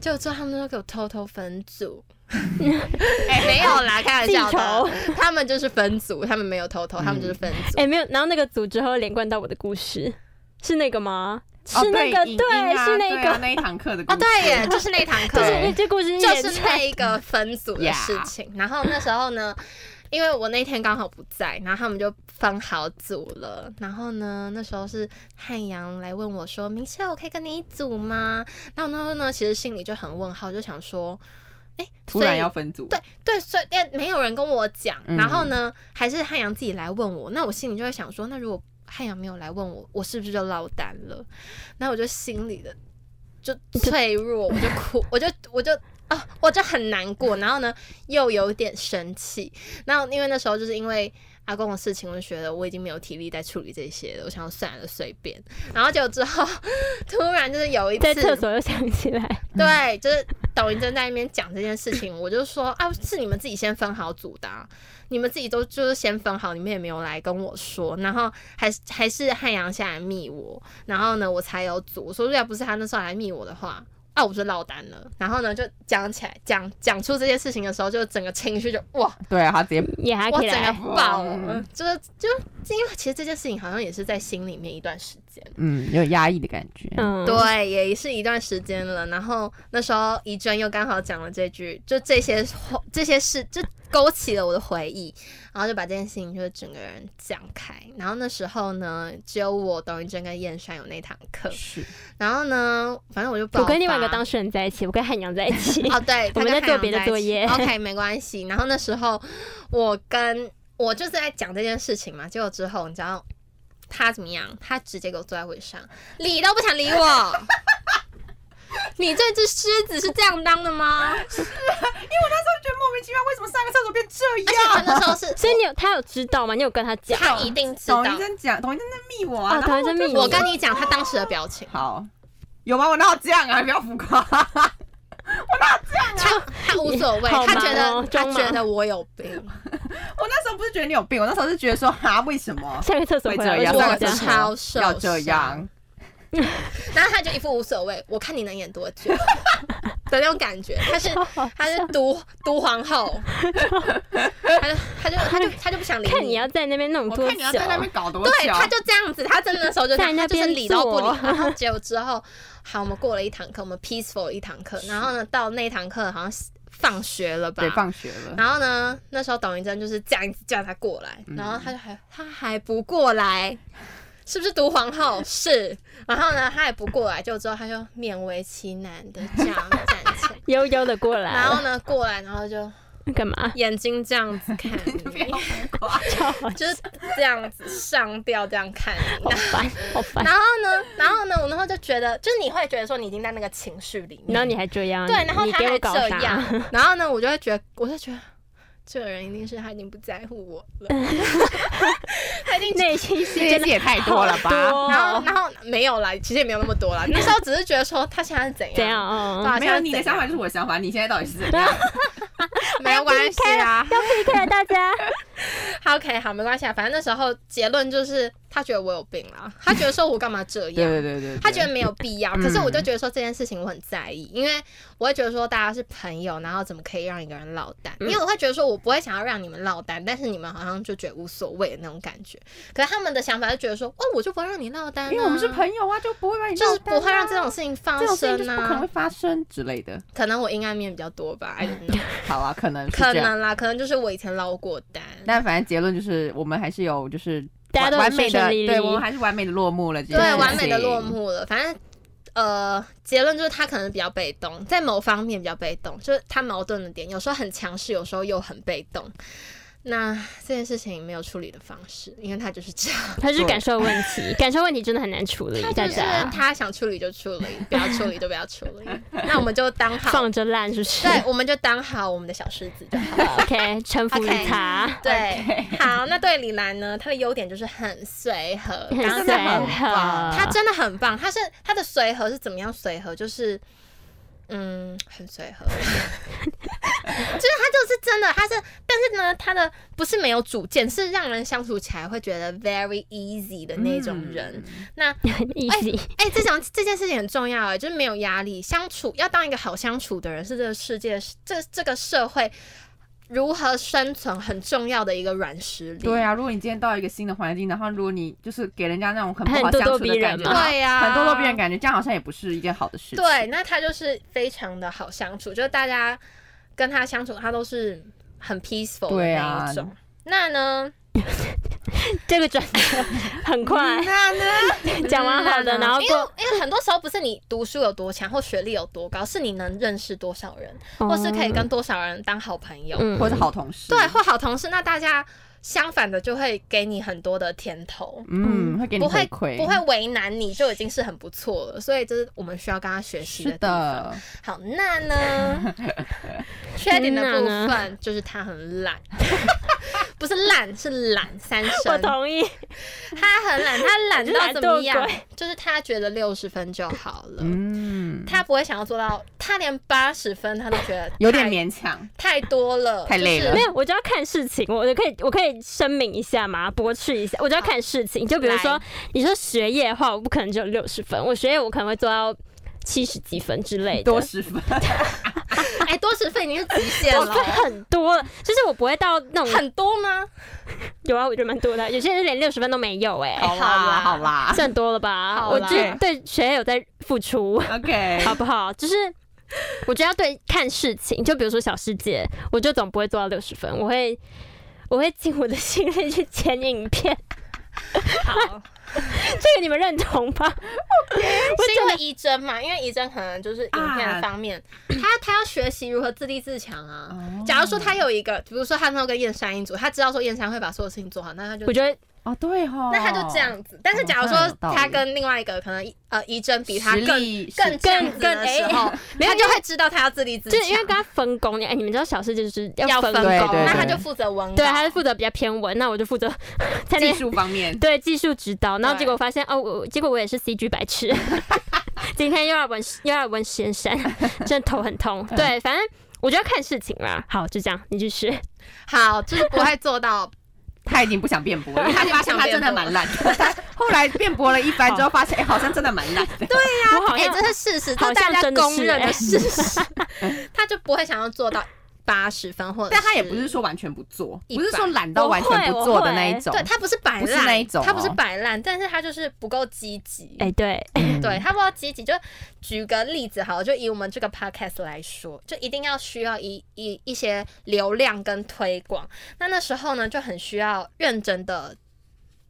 Speaker 1: 就之后他们都给我偷偷分组。哎、没有啦，开玩笑的，他们就是分组，他们没有偷偷，他们就是分组。
Speaker 3: 哎、没有。然后那个组之后连贯到我的故事，是那个吗？
Speaker 2: 哦
Speaker 3: 是那个，
Speaker 2: 影
Speaker 3: 对，
Speaker 2: 音啊
Speaker 3: 是那
Speaker 2: 对
Speaker 3: 个
Speaker 2: 啊，那一堂课的故
Speaker 1: 哦，
Speaker 2: 事
Speaker 1: 对耶，就是那堂 课，
Speaker 3: 就是因为这故事
Speaker 1: 就
Speaker 3: 也
Speaker 1: 是那一个分组的事情。然后那时候呢，因为我那天刚好不在，然后他们就分好组了。然后呢，那时候是汉阳来问我说：“明秀，我可以跟你一组吗？”然后那时候呢，其实心里就很问号，就想说。哎、
Speaker 2: 突
Speaker 1: 所
Speaker 2: 然
Speaker 1: 以
Speaker 2: 要分组，
Speaker 1: 对对，所以但没有人跟我讲，
Speaker 2: 嗯
Speaker 1: 然后呢，还是汉阳自己来问我，那我心里就会想说，那如果汉阳没有来问我，我是不是就落单了？那我就心里的就脆 弱，我就哭，我就我就啊，我就很难过，然后呢，又有点生气，然后因为那时候就是因为。阿公的事情，我就觉得我已经没有体力在处理这些了。我想说算了，随便。然后结果之后， 突然就是有一次
Speaker 3: 在厕所又想起来，
Speaker 1: 对，就是抖音正在那边讲这件事情，我就说啊，是你们自己先分好组的、啊，你们自己都就是先分好，你们也没有来跟我说，然后还是还是汉阳下来密我，然后呢我才有组，我说要不是他那时候来密我的话。啊，我就落单了。然后呢，就讲起来，讲讲出这件事情的时候，就整个情绪就哇，
Speaker 2: 对啊，他直接
Speaker 3: 也还
Speaker 1: 我
Speaker 3: 可以
Speaker 1: 整个
Speaker 3: 来。
Speaker 1: 爆了
Speaker 2: 嗯，
Speaker 1: 就是就因为其实这件事情好像也是在心里面一段时间。
Speaker 2: 嗯有压抑的感觉，
Speaker 3: 嗯，
Speaker 1: 对，也是一段时间了。然后那时候怡娟又刚好讲了这句，就这些话，这些事，就勾起了我的回忆，然后就把这件事情就是整个人讲开。然后那时候呢，只有我董宇娟跟燕山有那堂课。
Speaker 2: 是
Speaker 1: 然后呢，反正我就爆
Speaker 3: 我跟另外一个
Speaker 1: 发
Speaker 3: 当事人在一起，我跟汉阳在一起。
Speaker 1: 哦，对，
Speaker 3: 我们
Speaker 1: 他跟
Speaker 3: 在做
Speaker 1: 海洋
Speaker 3: 别的
Speaker 1: 在一
Speaker 3: 作
Speaker 1: 起
Speaker 3: 业
Speaker 1: OK，没关系。然后那时候我跟我就是在讲这件事情嘛，结果之后你知道。他怎么样？他直接给我坐在位上，理都不想理我。 你这只狮子是这样当的吗？
Speaker 2: 觉得莫名其妙，为什么上个厕所变
Speaker 1: 而且他
Speaker 2: 这
Speaker 1: 那
Speaker 2: 样？
Speaker 1: 时候是，
Speaker 3: 所以你有他有知道吗？你有跟他讲吗？
Speaker 1: 他一定知道
Speaker 2: 董。医生讲，董医生在密我啊。
Speaker 3: 哦，
Speaker 2: 然后
Speaker 3: 同学生命，
Speaker 1: 我跟你讲，他当时的表情，
Speaker 2: 好，有吗？我哪有这样啊？不要浮夸。
Speaker 1: 他他无所谓，
Speaker 3: 好
Speaker 1: 他
Speaker 3: 忙
Speaker 1: 觉
Speaker 3: 哦
Speaker 1: 得他
Speaker 3: 中忙
Speaker 1: 觉得我有病，
Speaker 2: 我那时候不是觉得你有病，我那时候是觉得说，哈，为什么
Speaker 3: 下个厕所回来
Speaker 2: 会这样
Speaker 3: 我就
Speaker 1: 我
Speaker 3: 这
Speaker 2: 上个厕
Speaker 3: 样
Speaker 2: 所
Speaker 1: 超受
Speaker 2: 要这样？
Speaker 1: 伤然后他就一副无所谓，我看你能演多久 的那种感觉。他是他是毒毒皇后，他就他就 他就他就不想理
Speaker 3: 看你要在那边弄
Speaker 2: 我
Speaker 3: 多
Speaker 2: 看你要
Speaker 3: 久
Speaker 2: 在。那边搞多久？
Speaker 1: 对，他就这样子，他真的那时候就这样
Speaker 3: 在那
Speaker 1: 他就是
Speaker 3: 边
Speaker 1: 理都不理
Speaker 3: 坐。
Speaker 1: 然后结果之后，好，我们过了一堂课，我们 peaceful 了一堂课，然后呢，到那一堂课好像是放学了吧
Speaker 2: 对，？放学了。
Speaker 1: 然后呢，那时候董云珍就是这样一直叫他过来，然后他就还他还不过来，是不是毒皇后？ 是。然后呢，他也不过来，就之后他就勉为其难的这样站起来，
Speaker 3: 悠悠的过来
Speaker 1: 然后
Speaker 3: 了，
Speaker 1: 呢过来，然后就
Speaker 3: 干嘛？
Speaker 1: 眼睛这样子看 你，
Speaker 2: 浮 夸，
Speaker 1: 就是这样子上吊这样看你。
Speaker 3: 好烦，好烦。
Speaker 1: 然后呢，然后呢，我那时候就觉得，就是你会觉得说你已经在那个情绪里面，
Speaker 3: 然后你还这样，
Speaker 1: 对，然后
Speaker 3: 你
Speaker 1: 他
Speaker 3: 给我
Speaker 1: 还
Speaker 3: 搞
Speaker 1: 这
Speaker 3: 啥？
Speaker 1: 样，然后呢，我就会觉得，我就觉得这个人一定是他已经不在乎我 了，他已经。
Speaker 3: 内心戏
Speaker 2: 这
Speaker 3: 真
Speaker 2: 些
Speaker 3: 的
Speaker 2: 也太多了吧？
Speaker 1: 然后，然后没有啦，其实也没有那么多啦。那时候只是觉得说他现在是怎样，
Speaker 3: 怎样？
Speaker 1: 对
Speaker 3: 嗯，
Speaker 1: 啊，
Speaker 2: 没
Speaker 1: 现
Speaker 2: 有，
Speaker 1: 在是
Speaker 2: 你的
Speaker 1: 怎样啊
Speaker 2: 想法就是我的想法，你现在到底是怎样？
Speaker 3: 哎
Speaker 1: 没有关系啊。
Speaker 3: 要 PK 了，大家。
Speaker 1: 好 OK，好，没关系啊。反正那时候结论就是他觉得我有病啦，他觉得说我干嘛 这样？
Speaker 2: 对对
Speaker 1: 他觉得没有必要，
Speaker 2: 嗯
Speaker 1: 可是我就觉得说这件事情我很在意，因为我会觉得说大家是朋友，然后怎么可以让一个人落
Speaker 2: 嗯
Speaker 1: 单？因为我会觉得说我不会想要让你们落单，但是你们好像就觉得无所谓的那种感觉。可是他们的想法就觉得说，哦，我就不会让你落单、啊，
Speaker 2: 因为我们是朋友啊，就不会把你
Speaker 1: 就是
Speaker 2: 落单啊
Speaker 1: 不会让这种事情发
Speaker 2: 这种事情就
Speaker 1: 生
Speaker 2: 是不可能
Speaker 1: 啊
Speaker 2: 会。发生之类的。
Speaker 1: 可能我阴暗面比较多吧，I don't know，
Speaker 2: 好啊，可能是
Speaker 1: 可
Speaker 2: 这样。
Speaker 1: 能啦，可能就是我以前捞过单。
Speaker 2: 但反正结论就是，我们还是有就是
Speaker 3: 大家都
Speaker 2: 完
Speaker 3: 很
Speaker 2: 美
Speaker 3: 顺
Speaker 2: 的，
Speaker 3: 顺利利
Speaker 2: 对我们还是完美的落幕了。
Speaker 1: 对，完美的落。幕了。反正呃，结论就是他可能比较被动，在某方面比较被动，就是他矛盾的点，有时候很强势，有时候又很被动。那这件事情没有处理的方式，因为他就是这样，
Speaker 3: 他就是感受问题，感受问题真的很难处理，
Speaker 1: 就
Speaker 3: 大
Speaker 1: 是
Speaker 3: 家
Speaker 1: 他想处理就处理，不要处理就不要处 理。那我们就当好，
Speaker 3: 放着烂是不是
Speaker 1: 对，我们就当好我们的小狮子 就好。
Speaker 3: ？OK，臣服于
Speaker 1: OK
Speaker 3: 他，
Speaker 1: 对，好，那对李兰呢，她的优点就是很随和，
Speaker 3: 很
Speaker 1: 然后
Speaker 2: 真
Speaker 3: 随
Speaker 2: 的
Speaker 1: 她
Speaker 2: 很
Speaker 3: 和
Speaker 2: 棒。
Speaker 1: 他真的很棒，他是他的随和是怎么样随和？就是，嗯，很随和， 就是他就是真的，他是，但是呢，他的不是没有主见，是让人相处起来会觉得 very easy 的那种
Speaker 2: 嗯
Speaker 1: 人。那
Speaker 3: easy，
Speaker 1: 哎、这种这件事情很重要啊，就是没有压力，相处要当一个好相处的人，是这个世界这这个社会如何生存很重要的一个软实力。
Speaker 2: 对啊，如果你今天到一个新的环境，然后如果你就是给人家那种很不
Speaker 3: 很
Speaker 2: 好
Speaker 3: 咄
Speaker 2: 相
Speaker 3: 咄
Speaker 2: 处
Speaker 3: 逼
Speaker 2: 的感
Speaker 3: 人
Speaker 2: 觉，啊
Speaker 3: 嘛
Speaker 1: 对啊呀
Speaker 2: 很咄咄逼人感觉，这样好像也不是一件好的事情。
Speaker 1: 对，那他就是非常的好相处，就是大家跟他相处，他都是很 peaceful 的
Speaker 2: 对
Speaker 1: 那
Speaker 2: 啊
Speaker 1: 一种。那呢，
Speaker 3: 这个转折很快，讲完好的，
Speaker 1: 嗯
Speaker 3: 然后
Speaker 1: 因为因为很多时候不是你读书有多强或学历有多高，是你能认识多少人，
Speaker 3: 过，
Speaker 1: 或是可以
Speaker 2: 哦
Speaker 1: 跟多少人当好朋友，
Speaker 3: 嗯
Speaker 2: 或者是好同事。
Speaker 1: 对，或好同事。那大家相反的就会给你很多的甜头。
Speaker 2: 嗯，会给你
Speaker 1: 不
Speaker 2: 回
Speaker 1: 会
Speaker 2: 馈，
Speaker 1: 不会为难你就已经是很不错了，所以这是我们需要跟他学习的
Speaker 2: 是
Speaker 1: 地方。
Speaker 2: 的，
Speaker 1: 好，那 呢？缺点的部
Speaker 3: 那
Speaker 1: 分就是他很 懒，不是懒是懒三
Speaker 3: 我
Speaker 1: 声，
Speaker 3: 同意，
Speaker 1: 他很懒，他懒到怎么
Speaker 3: 懒
Speaker 1: 样
Speaker 3: 惰鬼？
Speaker 1: 就是他觉得六十分就好了。
Speaker 2: 嗯，
Speaker 1: 他不会想要做到，他连八十分他都觉得
Speaker 2: 有点
Speaker 1: 太
Speaker 2: 勉强。
Speaker 1: 太多了，
Speaker 2: 太累
Speaker 1: 就是
Speaker 2: 了
Speaker 3: 没有，我就要看事情，我我可以我可以声明一下嘛，驳斥一下，我就要看事情。就比如说
Speaker 1: 来，
Speaker 3: 你说学业的话，我不可能只有六十分，我学业我可能会做到七十几分之类的
Speaker 2: 多。十 分，
Speaker 1: 哎，多十分已经是极限
Speaker 3: 多
Speaker 1: 了
Speaker 3: 分。很多了，就是我不会到那种
Speaker 1: 很多吗？
Speaker 3: 有啊，我觉得蛮多的。有些人连六十分都没有、哎，
Speaker 2: 好啦，
Speaker 1: 好啊
Speaker 2: 好 啦
Speaker 3: 算多了吧？
Speaker 1: 好
Speaker 3: 我
Speaker 1: 啦
Speaker 3: 就对学业有在付出。
Speaker 2: ，OK，
Speaker 3: 好不好？就是我觉得要对看事情，就比如说小世界，我就总不会做到六十分，我会我会尽我的心力去剪影片，
Speaker 1: 好，
Speaker 3: 这个你们认同吧？
Speaker 1: 是因为怡珍嘛，因为怡珍可能就是影片
Speaker 2: 啊
Speaker 1: 方面，他他要学习如何自立自强啊。
Speaker 2: 哦
Speaker 1: 假如说他有一个，比如说他能够跟燕山一组，他知道说燕山会把所有事情做好，那他就
Speaker 3: 我觉得
Speaker 2: 哦，对哈、哦，
Speaker 1: 那他就这样子。但是假如
Speaker 2: 哦好像有
Speaker 1: 说
Speaker 2: 道理
Speaker 1: 他跟另外一个可能一呃怡珍比他
Speaker 2: 实
Speaker 1: 更
Speaker 2: 力
Speaker 1: 更哎
Speaker 2: 是哎
Speaker 1: 这样子的时候，
Speaker 3: 没有
Speaker 1: 他就会知道他要自立自
Speaker 3: 就
Speaker 1: 强，
Speaker 3: 是因为跟他分工，哎、你们知道小事就是
Speaker 1: 要
Speaker 3: 分
Speaker 1: 分
Speaker 3: 工，
Speaker 1: 工，
Speaker 2: 对对
Speaker 1: 那
Speaker 2: 对
Speaker 1: 他就负责文稿，
Speaker 3: 对，他是负责比较偏文，那我就负责 在那
Speaker 2: 哎技术方面，
Speaker 3: 对技术指导，然后
Speaker 1: 对
Speaker 3: 结果发现哦，我结果我也是 CG 白痴， 今天又要纹又要纹仙山，真的头很痛。
Speaker 1: 嗯
Speaker 3: 对，反正我觉得看事情啦。好，就这样，你去试。
Speaker 1: 哎好，就是不会做 到。
Speaker 2: 他已经不想辩驳了，
Speaker 1: 他已
Speaker 2: 他
Speaker 1: 经
Speaker 2: 发
Speaker 1: 不
Speaker 2: 现
Speaker 1: 想
Speaker 2: 他真的
Speaker 1: 辩驳
Speaker 2: 蛮烂的。 他后来辩驳了一番之后，发现哎、好像真的蛮烂的。对，
Speaker 3: 我好
Speaker 1: 哎、
Speaker 3: 像、
Speaker 1: 这是事实，这
Speaker 3: 好
Speaker 1: 是大
Speaker 3: 像
Speaker 1: 家
Speaker 3: 真的
Speaker 1: 公
Speaker 3: 是
Speaker 1: 认
Speaker 3: 哎
Speaker 1: 的事实。他就不会想要做到八十分，或者
Speaker 2: 但他也不是说完全不做，
Speaker 1: 一
Speaker 2: 不是
Speaker 1: 百
Speaker 2: 说懒到完全不做的那一种
Speaker 1: 对。他不是摆
Speaker 2: 不是
Speaker 1: 烂，
Speaker 2: 那一种
Speaker 1: 他不是
Speaker 2: 哦
Speaker 1: 摆烂，但是他就是不够积极。
Speaker 3: 哎、对，
Speaker 2: 嗯
Speaker 1: 对，他不够积极，就举个例子好了，就以我们这个 podcast 来说，就一定要需要一一一些流量跟推广。那那时候呢，就很需要认真的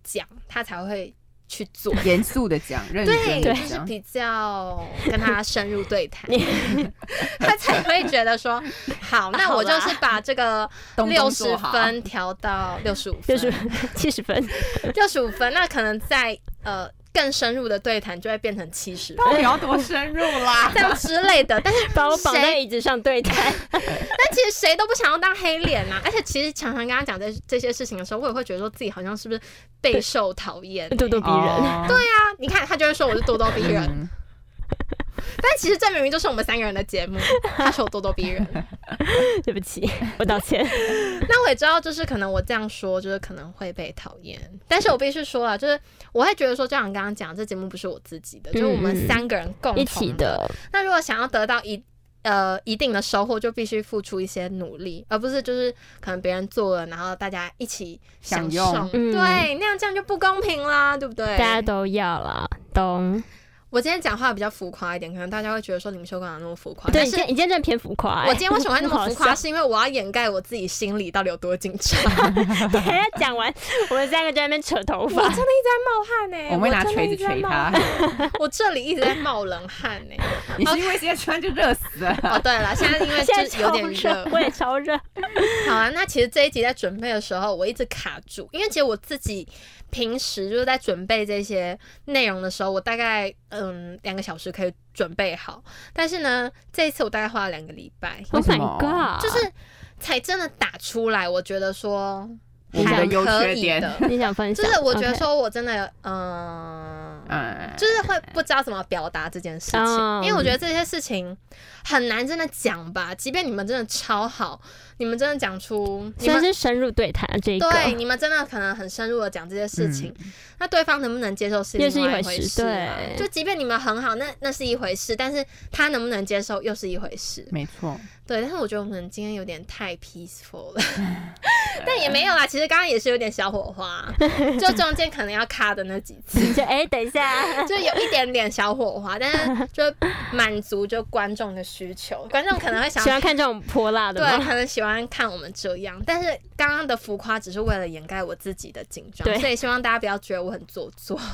Speaker 1: 讲，他才会去做。
Speaker 2: 严肃的讲，认真
Speaker 1: 对，
Speaker 2: 的
Speaker 1: 就是
Speaker 2: 讲。
Speaker 1: 比较跟他深入对谈， 他才会觉得说，好，那我就是把这个
Speaker 2: 东
Speaker 1: 六
Speaker 2: 东
Speaker 1: 十
Speaker 2: 做好
Speaker 1: 分调到六十五分，
Speaker 3: 就是七十分。
Speaker 1: 六十五分，那可能在呃更深入的对谈就会变成七十分
Speaker 2: 到底要多深入啦？
Speaker 1: 这样之类的。但是
Speaker 3: 把我绑在
Speaker 1: 谁
Speaker 3: 椅子上 对待，
Speaker 1: 但其实谁都不想要当黑脸啊 呐、而且其实常常跟他讲这这些事情的时候，我也会觉得说自己好像是不是备受讨 厌、
Speaker 3: 咄咄逼人。
Speaker 2: 对
Speaker 1: 对啊，你看他就会说我是咄咄逼
Speaker 3: 嗯
Speaker 1: 人，
Speaker 2: 嗯
Speaker 1: 但其实这明明就是我们三个人的节目，他说我咄咄逼人。
Speaker 3: 对不起，我道歉。
Speaker 1: 那我也知道，就是可能我这样说，就是可能会被讨厌，但是我必须说啊，就是我会觉得说，就像你刚刚讲，这节目不是我自己的，就是我们三个人共同
Speaker 3: 嗯一起的，
Speaker 1: 那如果想要得到一呃一定的收获，就必须付出一些努力，而不是就是可能别人做了，然后大家一起享受，
Speaker 2: 享用
Speaker 3: 嗯
Speaker 1: 对，那样这样就不公平啦，对不对？啊
Speaker 3: 大家都要啦，懂？
Speaker 1: 我今天讲话比较浮夸一点，可能大家会觉得说你们修改哪那么浮夸，
Speaker 3: 对，
Speaker 1: 但
Speaker 3: 你
Speaker 1: 是
Speaker 3: 今天你今天真的偏浮夸、欸。
Speaker 1: 我今天为什么会那么
Speaker 3: 好
Speaker 1: 浮
Speaker 3: 笑
Speaker 1: 夸，是因为我要掩盖我自己心里到底有多紧张，
Speaker 3: 等一下 讲完，我们三个在那边扯头
Speaker 1: 我真的一
Speaker 3: 发
Speaker 1: 直。在冒汗呢、欸
Speaker 2: 我们会拿锤子
Speaker 1: 真的一直在
Speaker 2: 锤
Speaker 1: 冒
Speaker 2: 他
Speaker 1: 汗，。我这里一直在冒冷汗呢、
Speaker 2: 你是因为现在穿就热死了。
Speaker 1: 哦，对了，现在因为
Speaker 3: 现在
Speaker 1: 就是有
Speaker 3: 超
Speaker 1: 点热
Speaker 3: 热，，我也超热。
Speaker 1: 好啊，那其实这一集在准备的时候，我一直卡住，因为其实我自己平时就是在准备这些内容的时候，我大概嗯两个小时可以准备好，但是呢，这一次我大概花了两个礼拜，
Speaker 2: 为
Speaker 3: Oh
Speaker 2: 什
Speaker 3: my
Speaker 2: 么
Speaker 3: god！
Speaker 1: 就是才真的打出来，我觉得说
Speaker 2: 我们
Speaker 1: 还
Speaker 2: 的优
Speaker 1: 可
Speaker 2: 缺
Speaker 1: 以
Speaker 2: 点
Speaker 1: 的
Speaker 3: 你想分
Speaker 1: 就
Speaker 3: 享？
Speaker 1: 是我觉 得
Speaker 3: OK
Speaker 1: 说我真的嗯。
Speaker 2: 嗯，
Speaker 1: 就是会不知道怎么表达这件事情，
Speaker 2: 哦
Speaker 3: 嗯
Speaker 1: 因为我觉得这些事情很难真的讲吧。即便你们真的超好，你们真的讲出，你
Speaker 3: 虽
Speaker 1: 们
Speaker 3: 然是深入对谈这一个，嗯
Speaker 1: 对，你们真的可能很深入的讲这些事情，那对方能不能接受是
Speaker 3: 又
Speaker 1: 另
Speaker 3: 是一
Speaker 1: 外
Speaker 3: 回
Speaker 1: 回
Speaker 3: 事
Speaker 1: 事嘛。
Speaker 3: 对
Speaker 1: 就即便你们很好，那那是一回事，但是他能不能接受又是一回事。
Speaker 2: 没错，
Speaker 1: 对，但是我觉得我们今天有点太 peaceful 了， 但也没有啦。其实刚刚也是有点小火 花，就中间可能要卡的那几次，
Speaker 3: 就哎、等一 下，
Speaker 1: 就有一点点小火花， 但是就满足就观众的需求，观众可能会想
Speaker 3: 喜欢看这种泼辣的
Speaker 1: 对，
Speaker 3: 吗？
Speaker 1: 可能喜欢看我们这样，但是刚刚的浮夸只是为了掩盖我自己的紧张
Speaker 3: 对，
Speaker 1: 所以希望大家不要觉得我很做作。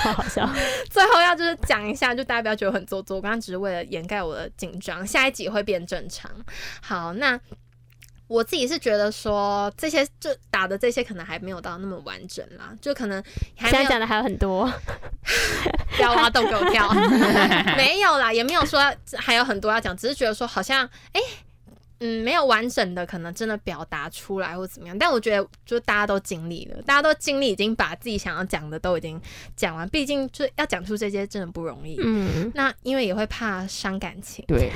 Speaker 3: 好好笑，
Speaker 1: 最后要就是讲一下，就大家不要觉得我很做作，我刚刚只是为了掩盖我的紧张，下一集会变正常。好，那。我自己是觉得说这些就打的这些可能还没有到那么完整啦，就可能还
Speaker 3: 现
Speaker 1: 没
Speaker 3: 在
Speaker 1: 有
Speaker 3: 讲的还有很多，
Speaker 1: 不要挖洞给我跳，没有啦，也没有说还有很多要讲，只是觉得说好像哎、嗯，没有完整的可能真的表达出来或怎么样。但我觉得就大家都经历了，大家都经历已经把自己想要讲的都已经讲完，毕竟就要讲出这些真的不容易。
Speaker 3: 嗯，
Speaker 1: 那因为也会怕伤感情，
Speaker 2: 对，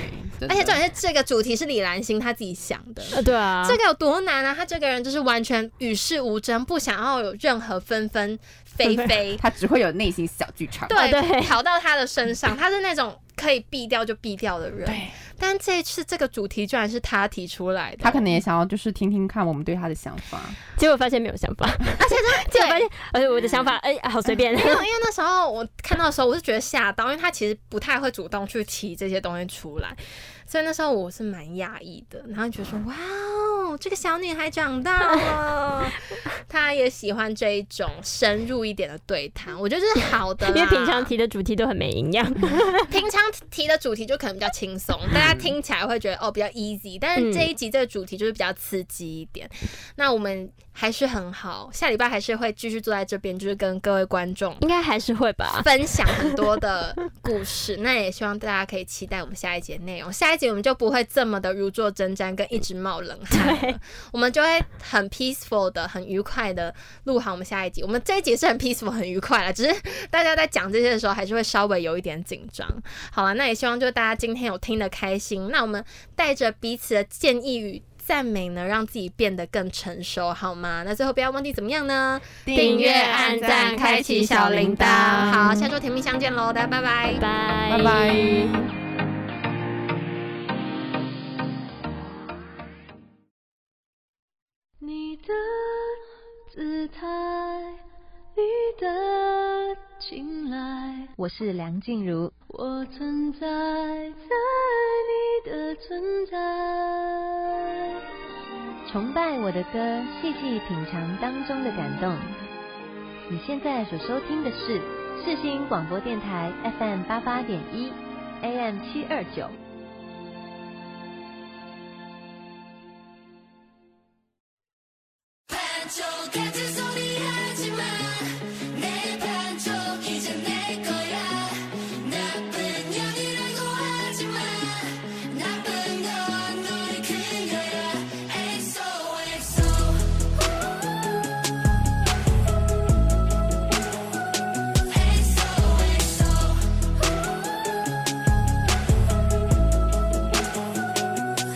Speaker 1: 而且重点是这个主题是李兰心她自己想的。
Speaker 3: 呃对啊，
Speaker 1: 这个有多难啊！她这个人就是完全与世无争，不想要有任何纷纷飞 飞，
Speaker 2: 他只会有内心小剧场。
Speaker 1: 对
Speaker 3: 哦对
Speaker 1: 跑到他的身 上，他是那种可以避掉就避掉的人。但这一次这个主题居然是他提出来的，
Speaker 2: 他可能也想要就是听听看我们对他的想法。
Speaker 3: 结果发现没有想法， 结
Speaker 1: 对
Speaker 3: 果发现，而且我的想法哎、好 随便，
Speaker 1: 因为因为那时候我看到的时候，我是觉得吓到，因为他其实不太会主动去提这些东西出来，所以那时候我是蛮讶异的。然后觉得说，哇哦，这个小女孩长大 了，她也喜欢这一种深入一点的对谈，我觉得这是好的啦。
Speaker 3: 因为平常提的主题都很没营养，
Speaker 1: 平常提的主题就可能比较轻松，大家听起来会觉得哦比较 easy，但是这一集这个主题就是比较刺激一点。那我们还是很好。下礼拜还是会继续坐在这边，就是跟各位观众
Speaker 3: 应该还是会吧。
Speaker 1: 分享很多的故 事。那也希望大家可以期待我们下一节内容。下一节我们就不会这么的如坐针毡，跟一直冒冷汗了，我们就会很 peaceful 的、很愉快的录好我们下一集。我们这一集是很 peaceful、很愉快了，只是大家在讲这些的时候，还是会稍微有一点紧张。好了，那也希望就大家今天有听得开心。那我们带着彼此的建议与赞美呢，让自己变得更成熟，好吗？那最后不要忘记怎么样呢？
Speaker 3: 订阅按赞开启小铃铛
Speaker 1: 好，下周甜蜜相见喽，大家拜拜
Speaker 3: 拜。拜
Speaker 2: 拜拜。
Speaker 4: 你的姿态，你的青睐，
Speaker 5: 我是梁静茹。
Speaker 4: 我存在在你的存在。
Speaker 5: 崇拜我的歌，细细品尝当中的感动。你现在所收听的是世新广播电台 FM 八八点一，AM 七二九。
Speaker 6: 반쪽같은 소리 하지마 내 반쪽 이제 내 거야 나쁜 년이라고 하지마 나쁜 건 우리 큰 거야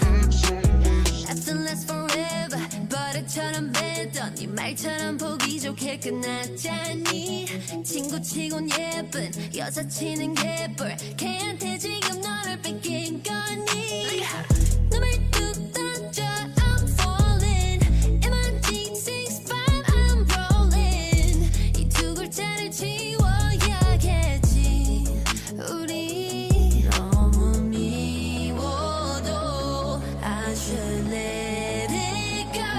Speaker 6: I thought last forever, 버릇처럼 뱉던 이 말처럼 보기 좋게 끝났잖니 친구 치곤 예쁜 여사 치는 개뿔 걔한테 지금 너를 뺏긴 거니 눈을 뚝 던져 I'm falling Am I deep six five I'm rolling 이 두 글자를 지워야겠지 우리 너무 미워도 I should let it go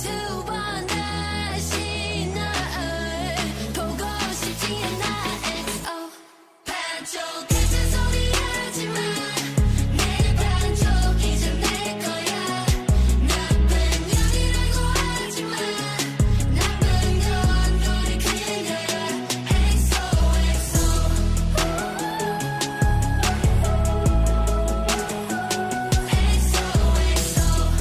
Speaker 6: 두 번 다시 널 보고 싶지 않아 XO 반쪽 같은 소리 하지마 내 반쪽 이제 내 거야 나쁜 년이라고 하지마 나쁜 건 우리 그녀야 XOXO XOXO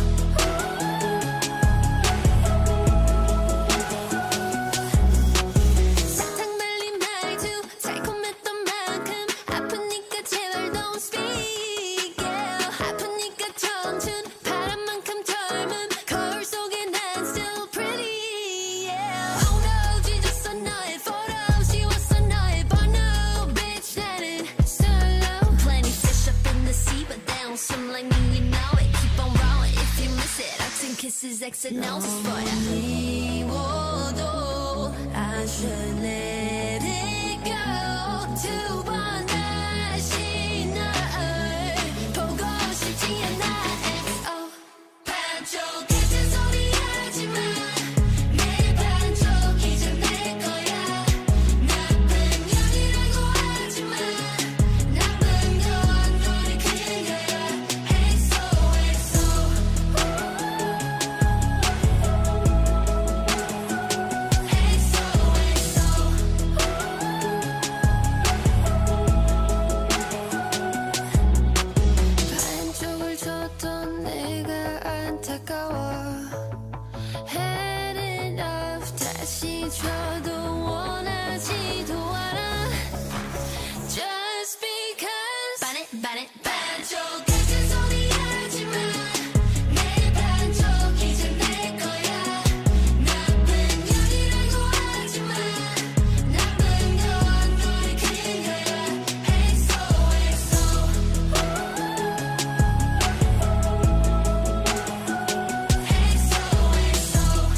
Speaker 6: 사탕 발린 말투 달콤했던 만큼 아프니까 제발 don't speak 아프니까 청춘 바람만큼 젊음 거울 속에 난 still pretty Oh no 지졌어 너의 photo 지웠어 너의 번호 bitch 나는 solo plenty fish up in the sea but they don't swim like me you know it keep on rolling if you miss it ups and kisses X and O's for ya 미워도 I should let it go 두 번 다시 널 보고 싶지 않아 XO 반쪽 같은 소리 하지마 내 반쪽 이제 내 거야 나쁜 년이라고 하지마 나쁜 건 우리 그녀야 XOXO XOXO 반쪽을 줬던 내가 안타까워 Had enough 다시 줘도 원하지도 않아 Just because 반에 반에 반쪽 같은 소리 하지마 내 반쪽 이제 내 거야 나쁜 년이라고 하지마 나쁜 건 우리 그녀야 XOXO XOXO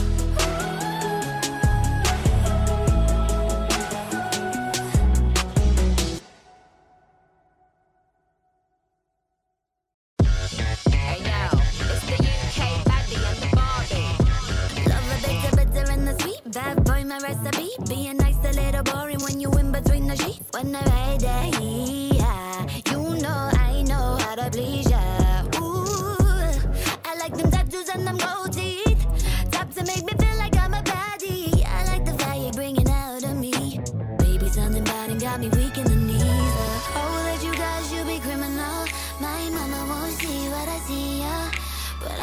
Speaker 7: Being nice a little boring when you in between the sheets. When I ride that yeah, you know I know how to please ya. Ooh, I like them tattoos and them gold teeth. Tops that make me feel Uh, oh,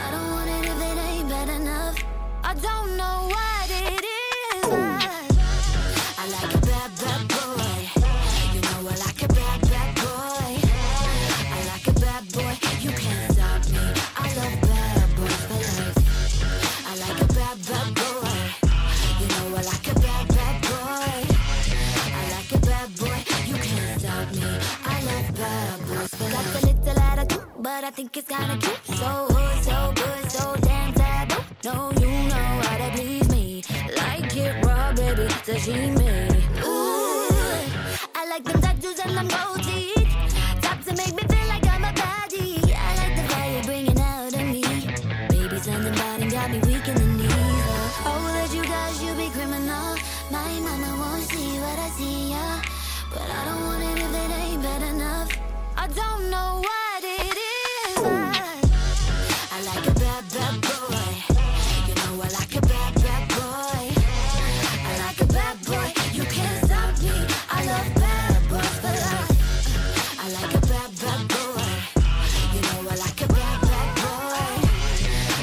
Speaker 6: think it's kinda cute. So hood, so good, so damn taboo. No, you know how to please me. Like it raw, baby, sashimi. Ooh, I like them tattoos and them gold teeth. Tops that make me feel like I'm a baddie. I like the fire you're bringing out of me. Baby, something about him got me weak in the knees. Oh, oh, that you guys, you be criminal. My mama won't see what I see, yeah. But I don't want it if it ain't bad enough. I don't know what it is. but I like a bad, bad boy. You know I like a bad, bad boy. I like a bad boy. You can't stop me. I love bad boys for life. I like a bad, bad boy. You know I like a bad, bad boy.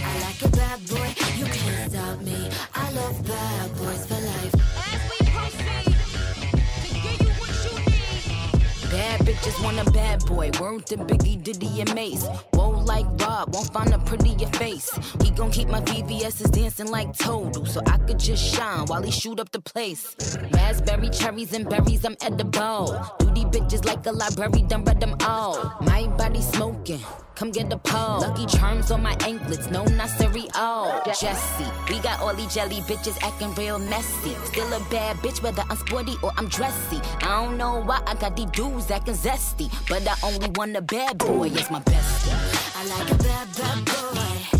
Speaker 6: I like a bad boy. You can't stop me. I love bad boys for life.
Speaker 8: Bad bitches want a bad boy. Word to Biggie, Diddy, and Mace. Whoa, like Rob, won't find a prettier face. He gon' keep my VVS's dancing like Total, so I could just shine while he shoot up the place. Raspberry, cherries, and berries, I'm edible. Duty bitches like a library, done read them all. My body smoking, come get a pole. Lucky charms on my anklets, no, not cereal. Jesse, we got all these jelly bitches acting real messy. Still a bad bitch, whether I'm sporty or I'm dressy. I don't know why I got these dudes acting zesty, but I only want a bad boy as my bestie.
Speaker 6: I like a bad, bad boy.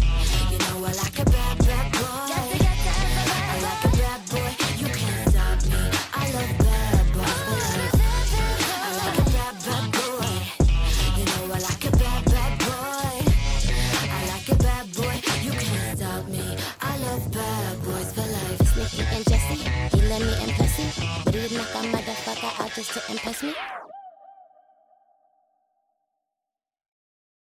Speaker 6: You know I like a bad, bad boy. I like a bad boy. You can't stop me. I love bad boys for life. I like a bad, bad boy. You know I like a bad, bad boy. I like a bad boy. You can't stop me. I love bad boys for life. Sneaky and Jesse, he love me and pussy, but he knock a motherfucker out just to impress me.